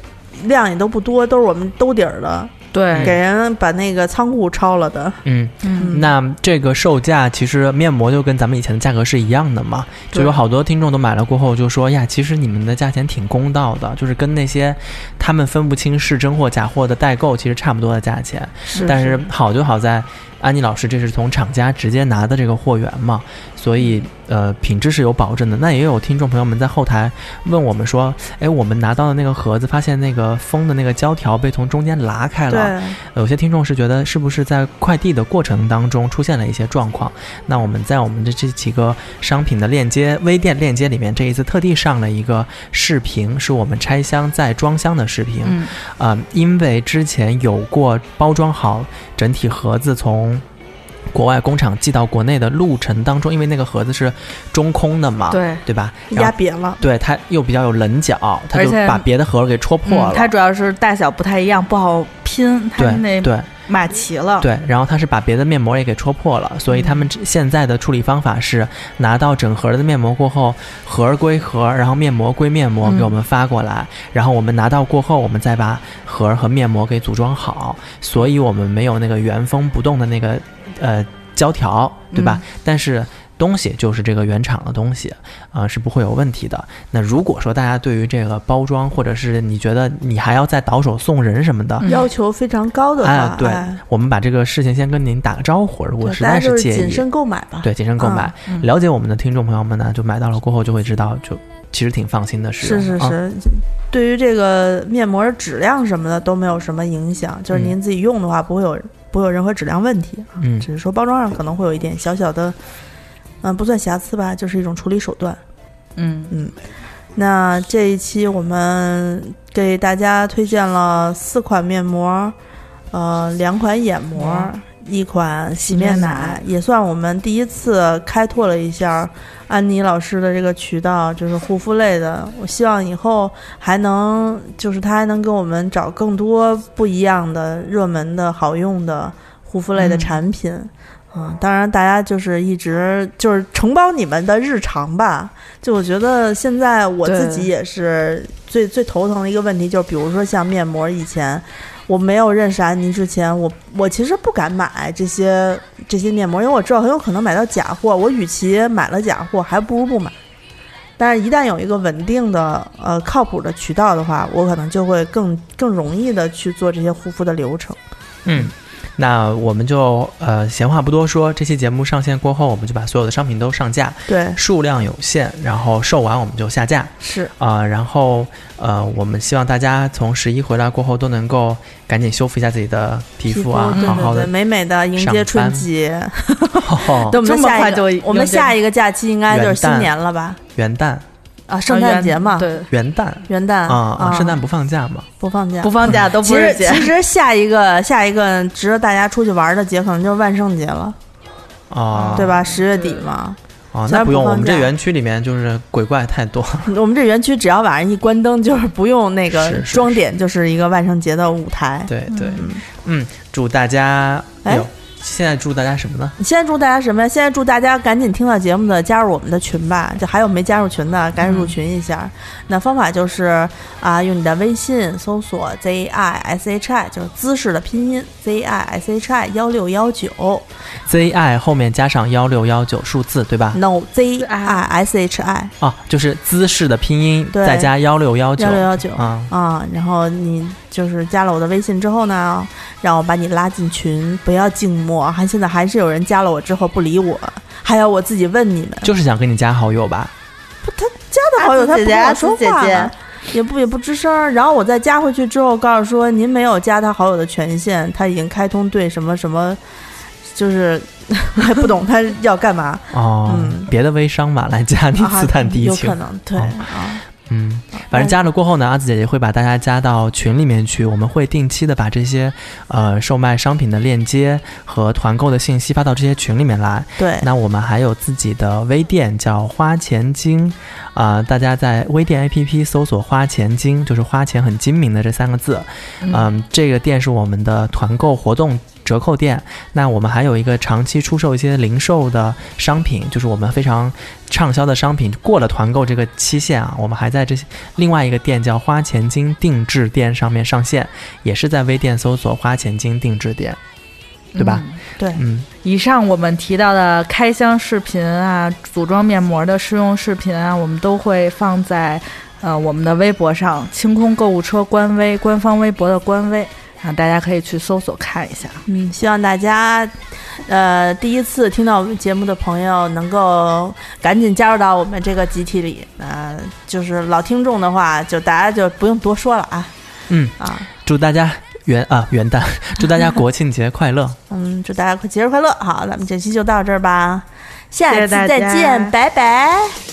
C: 量也都不多，都是我们兜底儿的，给
D: 对，
C: 人把那个仓库抄了的。
E: 嗯，
D: 嗯
E: 那这个售价其实面膜就跟咱们以前的价格是一样的嘛，就
D: 对
E: 有好多听众都买了过后就说呀，其实你们的价钱挺公道的，就是跟那些他们分不清是真货假货的代购其实差不多的价钱。
D: 是
E: 但是好就好在安妮老师这是从厂家直接拿的这个货源嘛，所以呃品质是有保证的。那也有听众朋友们在后台问我们说，哎，我们拿到的那个盒子，发现那个封的那个胶条被从中间拉开了，
C: 对，
E: 有些听众是觉得是不是在快递的过程当中出现了一些状况？那我们在我们的这几个商品的链接、微店链接里面，这一次特地上了一个视频，是我们拆箱再装箱的视频。
D: 嗯
E: 啊、因为之前有过包装好整体盒子从。国外工厂寄到国内的路程当中，因为那个盒子是中空的嘛，
D: 对，
E: 对吧？然
C: 压
E: 后
C: 瘪了。
E: 对它又比较有棱角，它
D: 而
E: 就
D: 且
E: 把别的盒儿给戳破了。
D: 嗯它主要是大小不太一样，不好拼，它
E: 对
D: 那
E: 对，
D: 码齐了。
E: 对，然后他是把别的面膜也给戳破了，所以他们这现在的处理方法是拿到整盒的面膜过后，盒儿归盒儿，然后面膜归面膜
D: 嗯
E: 给我们发过来，然后我们拿到过后，我们再把盒儿和面膜给组装好，所以我们没有那个原封不动的那个呃胶条，对吧？
D: 嗯
E: 但是。东西就是这个原厂的东西，啊、是不会有问题的。那如果说大家对于这个包装，或者是你觉得你还要再倒手送人什么的，
D: 嗯
C: 要求非常高的话，
E: 哎对
C: 哎
E: 我们把这个事情先跟您打个招呼，如果
C: 对
E: 实
C: 大
E: 在
C: 家就是
E: 介
C: 谨
E: 意，
C: 慎啊购买吧。
E: 对谨慎购买。
D: 嗯
E: 了解我们的听众朋友们呢，就买到了过后就会知道，就其实挺放心的事。
C: 是是
E: 啊，
C: 是，对于这个面膜质量什么的都没有什么影响，就是
E: 嗯
C: 您自己用的话不会有不会有任何质量问题啊，
E: 嗯
C: 只是说包装上可能会有一点小小的，嗯、不算瑕疵吧，就是一种处理手段。
D: 嗯，
C: 那这一期我们给大家推荐了四款面膜，呃，两款眼膜，一款洗面
D: 洗面
C: 奶
D: 奶，
C: 也算我们第一次开拓了一下安妮老师的这个渠道，就是护肤类的。我希望以后还能，就是她还能给我们找更多不一样的、热门的好用的护肤类的
D: 嗯
C: 产品。嗯，当然，大家就是一直就是承包你们的日常吧。就我觉得现在我自己
D: 对
C: 也是最最头疼的一个问题，就是比如说像面膜，以前我没有认识安妮之前，我我其实不敢买这些这些面膜，因为我知道很有可能买到假货。我与其买了假货，还不如不买。但是，一旦有一个稳定的、呃靠谱的渠道的话，我可能就会更更容易的去做这些护肤的流程。
E: 嗯。那我们就呃，闲话不多说，这期节目上线过后，我们就把所有的商品都上架，
C: 对，
E: 数量有限，然后售完我们就下架
C: 是
E: 啊、然后呃，我们希望大家从十一回来过后都能够赶紧修复一下自己的皮肤啊，
C: 对
E: 好
C: 对
E: 好
C: 对，
E: 的。
C: 美美的迎
E: 上
C: 接
E: 班
C: 春节。
E: 哦
C: 对，我们
D: 这么
C: 下一
D: 快
C: 个
D: 就
C: 我们
D: 迎接
C: 下一个假期应该就是
E: 元
C: 新
E: 旦
C: 年了吧？
E: 元旦，
C: 啊，圣诞节嘛，
D: 对，
E: 元旦
C: 元旦
E: 啊、
C: 啊，
E: 圣诞不放假嘛？
C: 不放假
D: 不。放假都不
C: 其
D: 是
C: 实
D: 节
C: 其。实下一个下一个值得大家出去玩的节，可能就是万圣节了，
E: 啊、
C: 对吧？十月底嘛，
E: 哦，
C: 虽
E: 那
C: 然
E: 不
C: 不
E: 用，
C: 放
E: 我们这
C: 假
E: 园区里面就是鬼怪太多。
C: 我们这园区只要晚上一关灯，就是不用那个
E: 是是
C: 装点，就是一个万圣节的舞台。
E: 嗯对对，嗯，祝大家
C: 哎
E: 有现在祝大家什么呢？
C: 你现在祝大家什么呀？现在祝大家赶紧听到节目的加入我们的群吧，就还有没加入群的，赶紧
D: 嗯
C: 入群一下。那方法就是啊，用你的微信搜索 z i s h i，就是姿势的拼音 z i s h i 幺六幺九
E: Z I 后面加上幺六幺九数字，对吧？
C: ，no z i s h i
E: 啊，就是姿势的拼音，
C: 对
E: 再加幺六幺九
C: 幺六幺九
E: 啊。
C: 啊。然后你就是加了我的微信之后呢，让我把你拉进群，不要静默。还现在还是有人加了我之后不理我，还有我自己问你们。
E: 就是想跟你加好友吧，
C: 他的好友，他
D: 阿
C: 不
D: 紫姐姐
C: 跟我
D: 阿
C: 说
D: 紫姐
C: 话
D: 姐
C: 呢，也不也不吱声儿。然后我再加回去之后，告诉说您没有加他好友的权限，他已经开通对什么什么，就是 我也不懂他要干 嘛，
E: 哦，
C: 嗯
E: 别的微商吧，来加你
C: 啊
E: 刺探敌
C: 有
E: 情，
C: 可能对
E: 哦
C: 啊，
E: 嗯，反正加了过后呢，阿紫姐姐会把大家加到群里面去，我们会定期的把这些呃售卖商品的链接和团购的信息发到这些群里面来。
C: 对，
E: 那我们还有自己的微店叫花钱精，啊、大家在微店 APP 搜索“花钱精”，就是花钱很精明的这三个字。嗯、这个店是我们的团购活动折扣店。那我们还有一个长期出售一些零售的商品，就是我们非常畅销的商品。过了团购这个期限啊，我们还在这些另外一个店叫花钱精定制店上面上线，也是在微店搜索“花钱精定制店”，对吧？
D: 嗯
C: 对
E: 嗯
D: 以上我们提到的开箱视频啊、组装面膜的试用视频啊，我们都会放在呃我们的微博上，清空购物车官微、官方微博的官微啊，大家可以去搜索看一下。
C: 嗯，希望大家，呃，第一次听到我们节目的朋友能够赶紧加入到我们这个集体里。呃，就是老听众的话，就大家就不用多说了啊
E: 嗯，
C: 啊，
E: 祝大家元啊元旦， 祝大家国庆节快乐。
C: 嗯，祝大家快节日快乐！好，咱们这期就到这儿吧，下
D: 谢谢
C: 次
D: 大
C: 再
D: 家
C: 见，拜拜。